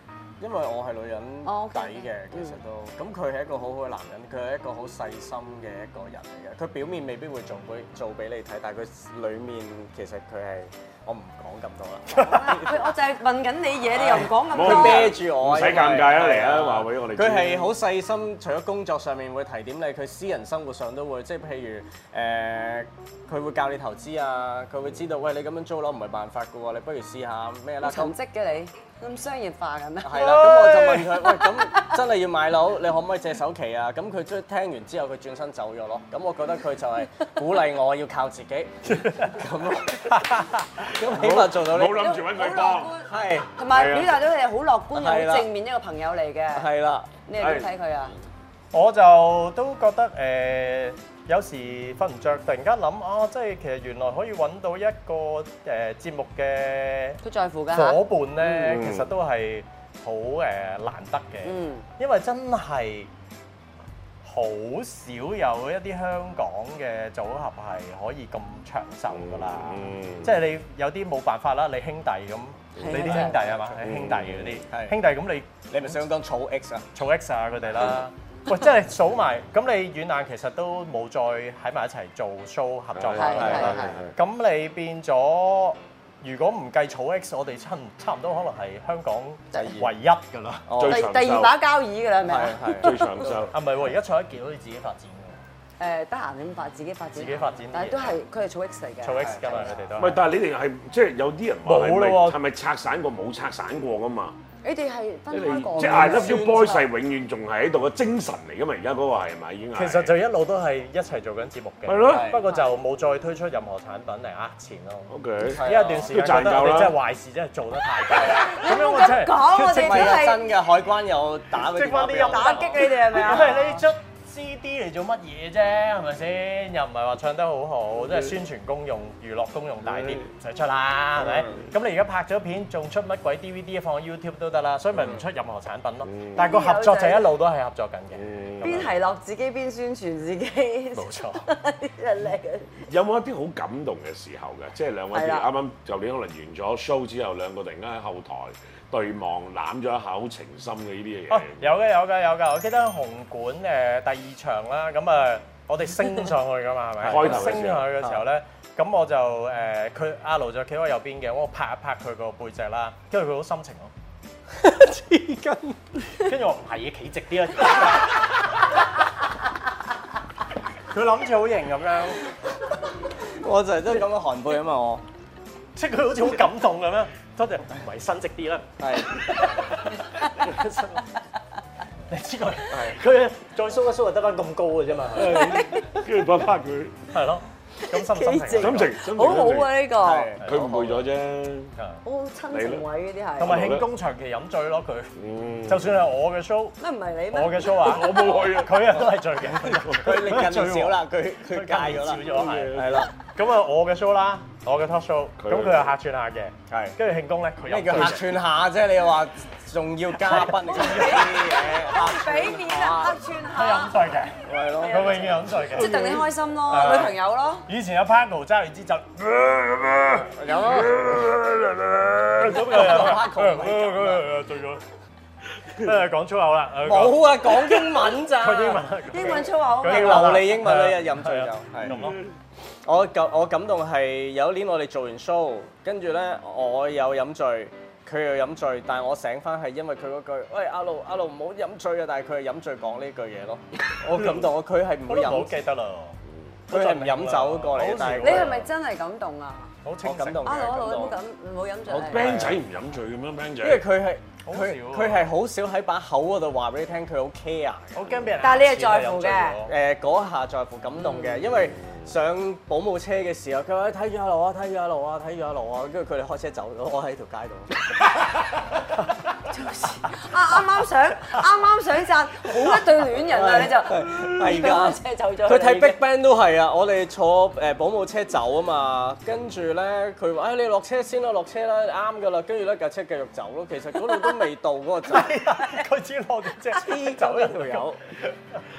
D: 因為我係女人
B: 哦，OK，
D: 底嘅
B: OK，，
D: 其實都咁佢係一個好好嘅男人，佢係一個好細心嘅一個人嚟嘅。佢表面未必會做俾做俾你睇，但係佢裡面其實佢係我唔講咁多啦。
B: 佢我就係問緊你嘢，你又唔講咁
A: 冇
D: 佢
A: 咩
B: 多。
D: 孭住我，
A: 唔使
D: 因為
A: 尷尬啊嚟啊
D: 係
A: 話俾我哋知
D: 佢係好細心，除咗工作上面會提點你，佢私人生活上都會，即係譬如誒，呃佢、會教你投資啊，佢會知道，喂，你咁樣租樓唔係辦法嘅喎，你不如試下咩啦。
B: 沉積嘅你，咁商業化嘅咩？
D: 係啦，咁我就問佢：喂，咁真係要買樓， 你可唔可以借首期啊？咁佢即係聽完之後，佢轉身走咗咯。咁我覺得佢就係鼓勵我要靠 自己咁 咯。咁起碼啊做到呢
A: 冇諗住揾佢幫。
B: 好樂觀
D: 係
B: 同埋
A: 係啊
B: 表達到你係好樂觀、
D: 係啦
B: 好正面一個朋友嚟嘅。
D: 係啦，
B: 你係點睇佢啊？
E: 我就都覺得誒、呃有時瞓唔着，突然間諗啊，即係其實原來可以揾到一個誒、節目嘅
B: 佢在乎㗎嚇
E: 伙伴咧，
A: 嗯
E: 其實都係好誒難得嘅，
B: 嗯
E: 因為真係好少有一啲香港嘅組合係可以咁長壽㗎啦。
A: 嗯
E: 即係你有啲冇辦法啦，你兄弟咁，你啲兄弟係嘛？
A: 嗯
E: 你兄弟嗰啲
D: 係
E: 兄弟咁你。
D: 你咪想講草 X 啊？
E: 草 X 啊佢 哋啦。喂，即係數埋，咁你遠眼其實都冇再喺埋一齊做 show 合作啦
B: 係
E: 咁樣
B: 係
E: 啦。咁你變咗，如果唔計草 X，我哋差唔差唔多可能係香港
D: 第二
E: 唯一 㗎啦。
D: 哦
A: 最
B: 第
A: 長
B: 第二
A: 壽
B: 把交椅㗎啦，係咪
D: 係
B: 啊？
D: 係。
A: 最長壽。
E: 啊，唔係喎，而家蔡一傑好似自己發展㗎
B: 誒，得閒點發自己發展下，
E: 自己發展啲嘢
B: 但係都係佢係草 X 嚟嘅。
E: 喎，草 X 㗎嘛，佢哋都
A: 唔係
E: 係，。
A: 但係你哋係即係有啲人話係
E: 冇
A: 咪
E: 咯喎
A: 係咪拆散過冇拆散過噶嘛？
B: 你哋係分開過㗎嘛。
A: 即係 I Love You Boys 係永遠仲係喺度嘅精神嚟噶嘛？而家嗰個係咪已經係
E: 其實就一路都係一齊做緊節目嘅，
A: 係咯
E: 不過就冇再推出任何產品嚟呃錢咯。
A: OK。
B: 啊
E: 呢一段時間
A: 都賺
E: 覺
A: 夠啦
E: 得我哋真係壞事真係做得太多啦， 咁樣我真
B: 咁
E: 係。
B: 講，我哋
D: 即
B: 真
D: 係啊，
B: 係
D: 真嘅海關有打嗰啲
E: 即係
D: 電話
E: 關
D: 俾
E: 啲
D: 我
E: 音
B: 打擊你哋係咪啊？
E: 喂，你出 CD 嚟做乜嘢啫？係咪先？又唔係話唱得好好，即係宣傳功用、娛樂功用大啲，唔使出啦，係咪？咁你而家拍咗片，仲出乜鬼 DVD 放喺 YouTube 都得啦，所以咪唔出任何產品咯。但係個合作就一路都係合作緊嘅，
B: 邊係落自己邊宣傳自己，
E: 冇錯。
B: 真叻嘅。
A: 有冇一啲好感動嘅時候嘅？即係兩位譬
B: 係
A: 如
B: 啦
A: 啱啱舊年可能完咗 show 之後，兩個突然間喺後台對望攬咗一口情深嘅呢啲嘢
E: 哦，。有嘅有嘅有嘅，我記得紅館誒第二場啦，咁啊我哋升上去噶嘛，係 咪？
A: 開頭嘅時候
E: 升上去嘅時候咧，咁我就誒佢阿盧就企喺我右邊嘅，我拍一拍佢個背脊啦，跟住佢好深情咯，黐筋，跟住我唔係嘢企直啲啦，佢諗住好型咁樣，
D: 我就係真係咁樣寒背啊嘛，我
E: 即係佢好似好感動咁樣，多謝，唔係伸直啲啦。
D: 係
E: 你知佢，佢再 show 一 show 就得翻咁高嘅啫嘛，
A: 跟住拍拍佢，
E: 係咯，咁深深情
A: 心情心情
B: 好好啊呢個，
D: 係
A: 佢誤會咗啫。
B: 好親情位嗰啲係。
E: 同埋慶功長期飲醉咯，佢
A: 嗯
E: 就算係我嘅 show，
B: 乜唔係你
E: 我
B: 咩？
E: 嘅 show 啊，
A: 我冇去啊
E: 佢啊都係醉嘅，
D: 佢力近少啦，佢
E: 醉
D: 佢
E: 喎，
D: 戒咗啦，
E: 少咗係。
D: 係啦，
E: 咁啊，我嘅 show 啦，我嘅 talk show，
A: 佢
E: 咁佢又客串下嘅，
D: 係
E: 跟住慶功咧，佢又
D: 咩叫客
E: 醉嘅
D: 串下啫？你又話仲要嘉賓 咁啲嘢，
B: 俾面啊，黑串
E: 佢
B: 下
E: 飲，醉嘅，
D: 係咯。
E: 佢永遠飲醉
B: 即係
E: 嘅。
B: 等你開心咯，
E: 係
B: 女朋友咯。
E: 以前有 Paco 揸住支酒，
D: 有啊，
E: 咁佢又
D: Paco 唔係咁啊
E: 佢又醉咗，跟住講粗口啦，佢講
D: 冇啊，講英文咋？
E: 佢英文，
B: 英文粗口，
E: 佢英文
D: 流
E: 啦
D: 利英文啦，
E: 係啊
D: 一飲醉就
E: 係啊咁咯
D: 係。我感我感動係有一年我哋做完 show，跟住咧我有飲醉，佢又飲醉，但係我醒翻係因為佢嗰句喂阿路阿路唔好飲醉啊，但係佢係飲醉講呢句嘢 咯。我感動我佢係唔
E: 我
D: 會
E: 都唔好
D: 飲，
E: 記啊得啦，
D: 佢係唔飲酒過嚟，但
B: 你
D: 係
B: 係咪真係感動啊？
E: 好
D: 我
E: 清
D: 感
E: 醒。
D: 動嘅
B: 阿羅
D: 感
B: 阿羅，唔好
D: 動
B: 咁，，唔好飲
A: ，band
B: 醉。
A: 仔唔飲醉嘅咩？band
D: 因為
A: 仔，
D: 佢係
E: 好
D: 佢
E: 少啊
D: 佢係好少喺把口嗰度話俾你聽，佢好 care 嘅。
E: 我驚俾人，
B: 但係你係在乎嘅
D: 誒嗰下在乎感動嘅，因為上保姆車嘅時候，佢話哎睇住阿路啊，睇住阿路啊，睇住阿路啊，跟住佢哋開車走咗，我喺條街度。
B: 啊，啱啱想，啱啱想讚，好一對戀人啊！你就
D: 係係
B: 架
D: 㗎
B: 車走咗。
D: 佢睇 Big Bang 都係啊，我哋坐誒保姆車走啊嘛，跟住咧佢話：誒哎你落車先啦，落車啦，啱噶啦，跟住咧架車繼續走咯。其實嗰度都未到嗰個 站，
E: 佢只攞住隻
D: 黐
E: 黐
D: 走
E: 走
D: 一
E: 一
D: 條
E: 條
D: 友
E: 友，。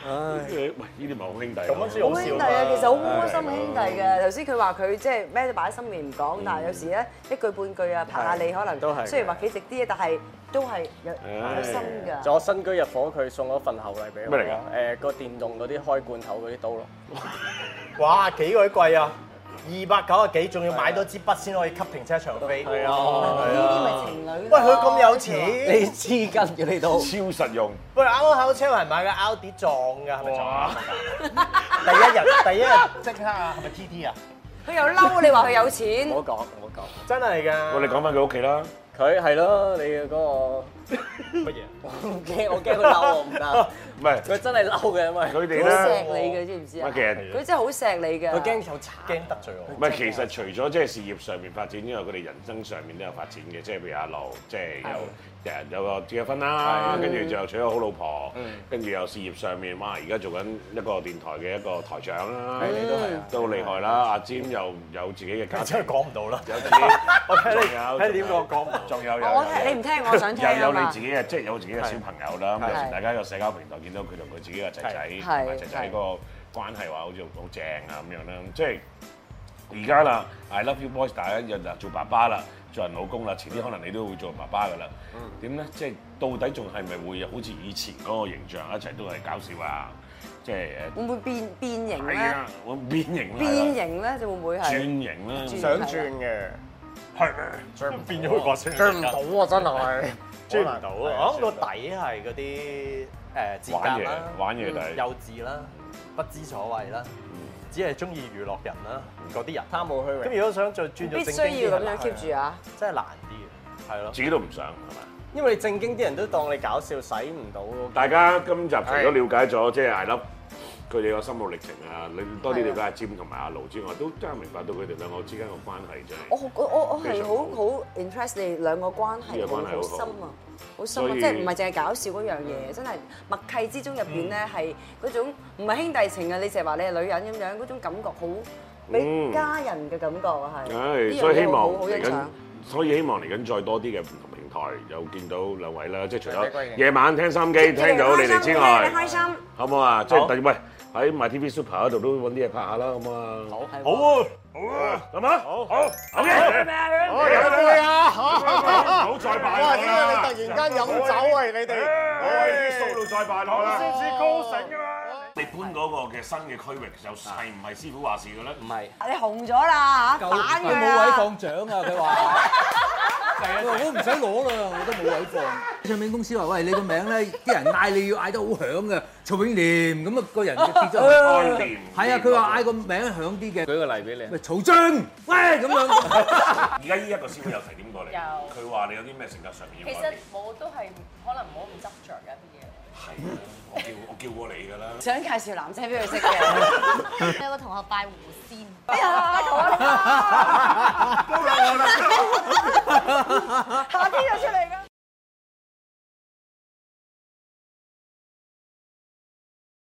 D: 唉，
A: 喂，呢啲咪好兄弟
E: 咁樣先
A: 咯
E: 好
B: 好兄弟啊，其實好窩心嘅兄弟嘅。頭先佢話佢即係咩都擺喺心面唔講，但係有時咧一句半句啊，拍下你可能
D: 都係嘅
B: 雖然話幾直啲，但係都係有
A: 唉
B: 有心
D: 就
B: 㗎。
D: 我新居入伙，佢送咗份厚禮俾我
A: 咩嚟㗎
D: 咯。誒個電動嗰啲開罐頭嗰啲刀咯。
E: 哇，幾鬼貴啊！二百九啊幾，仲要買多支筆先可以吸停車場飛。
D: 係啊，
B: 呢啲咪情侶咯。
E: 喂，佢咁有錢，
D: 你黐筋嘅你都。
A: 超實用。
E: 喂，啱啱考車人買嘅 Audi 撞㗎，係咪撞
A: 哇
E: 啊？第一日，第一日即刻啊，係咪 TT 啊？
B: 佢又嬲你話佢有錢，
D: 我講，我講，
E: 真係㗎。
A: 喂，你講翻佢屋企啦。
D: 佢係咯，你嘅嗰個
E: 乜嘢？
D: 我唔驚，我驚佢嬲我唔得。
A: 唔係
D: 佢真係嬲嘅，因為
A: 佢哋
B: 好錫
A: 咧，
B: 你嘅，知唔知啊
A: 唔係？其實
B: 佢真係好錫你嘅。
D: 佢驚有慘。
E: 驚得罪
A: 唔
E: 我。
A: 係其實除咗即係事業上面發展之外，佢哋人生上面都有發展嘅，即係譬如阿劉，即係有誒有個結咗婚啦，跟住就娶咗好老婆，
D: 嗯
A: 跟住又事業上面，哇！而家做緊一個電台嘅一個台長啦，
D: 你都係啊
A: 都好厲害啦！阿詹又有自己嘅家
E: 你
A: 庭
E: 真係，講唔到啦。
A: 有自己，
E: 我睇你
A: 仲有
E: 睇你點講講唔到。
A: 仲有有
B: 我
A: 有
B: 聽你唔聽，我想聽
A: 又
B: 啊
A: 有你
B: 嘛
A: 自。己嘅，即係有自己嘅小朋友啦。咁有
B: 係
A: 時大家個社交平台見到佢同佢自己嘅仔仔
B: 係
A: 同埋仔仔
B: 係
A: 個關係話好似好正啊咁樣啦。即係而家啦，I love you boys，大家又就做爸爸啦，做人老公啦，遲啲可能你都會做爸爸噶啦。點咧？即係到底仲係咪會好似以前嗰個形象一齊都係搞笑啊？即係
B: 會唔會變變
A: 誒，
B: 形
A: 係
B: 咧？
A: 啊，我變形啦，
B: 變形咧就會唔會
A: 轉
B: 係？
A: 型啦，
B: 轉
D: 想轉嘅，
E: 係咩？
A: 啊
E: 變咗佢角色，
D: 轉唔到啊！真係
E: 追唔到啊！我諗個底係嗰啲誒自
A: 玩
E: 格
A: 嘢
E: 啦、嗯
A: 玩嘢嗯底
E: 幼稚啦、不知所謂啦，只係中意娛樂人啦
A: 嗯
E: 嗰啲人。
D: 貪慕虛
E: 咁
D: 榮。
E: 如果想再轉咗
B: 必
E: 正經
B: 須
E: 啲
B: 要咁
E: 係
B: 樣 keep 住啊！
E: 真係難啲嘅，啊係咯。
A: 自己都唔想係嘛？
D: 因為你正經啲人都當你搞笑，使唔到嗰個
A: 大家今集除咗了解咗即係艾粒佢哋個心路歷程啊，你多啲了解阿詹同埋阿盧之外，都真係明白到佢哋兩個之間個關係真
B: 我
A: 係。
B: 我我我
A: 非
B: 係
A: 常
B: 好
A: 好
B: 好 interest 你哋兩個關
A: 呢
B: 係
A: 個
B: 好
A: 關係好
B: 好深啊，好深啊！
A: 所以
B: 即係唔係淨係搞笑嗰樣嘢，真係默契之中入邊
A: 嗯
B: 咧係嗰種唔係兄弟情啊！你成日話你係女人咁樣嗰種感覺，好俾
A: 嗯
B: 家人嘅感覺啊，
A: 唉，
B: 係。呢樣
A: 所以希
B: 嘢
A: 望
B: 好好
A: 嚟
B: 欣
A: 緊
B: 賞。，
A: 所以希望嚟緊再多啲嘅唔同平台又見到兩位啦，即係除
D: 多謝多謝
A: 咗夜晚聽心機聽到你哋之外
B: 你，開心，
A: 好唔好啊？即係
E: 好
A: 第喂喺 MyTV Super 嗰度都揾啲嘢拍下啦，好唔好啊？好，
E: 好啊，
A: 係嘛？好，好，OK，好，有
D: 杯啊！
A: 唔好再敗我啦！
D: 你突然間飲酒喂你哋？
A: 我喺啲數度再敗落啦！
E: 至高盛啊嘛。
A: 你搬嗰個嘅新嘅區域又係唔係師傅話事嘅咧？
D: 唔係，
B: 你紅咗啦嚇，反佢
F: 冇位
B: 啦。
F: 放獎啊！佢話。佢話我唔使攞啦，我都冇位放。唱片公司話：喂，你個名咧，啲人嗌你要嗌得好響嘅，曹永廉咁啊，個人就跌咗落去。
A: 安廉
F: 係啊，佢話嗌個名響啲嘅，
D: 舉個例俾你。
F: 喂，曹俊，喂咁樣。
A: 而家呢一個師傅有提點過你，
G: 有
A: 佢話你有啲咩性格上
G: 其
A: 面要改
G: 實
A: 變？
G: 我都係可能冇咁執着嘅啲嘢。
A: 係啊，我叫我叫過你㗎啦。
B: 想介紹男仔俾佢識嘅，
H: 有個同學拜狐仙，
B: 哎呀，好啦，
A: 好啦好啦，
B: 夏天就出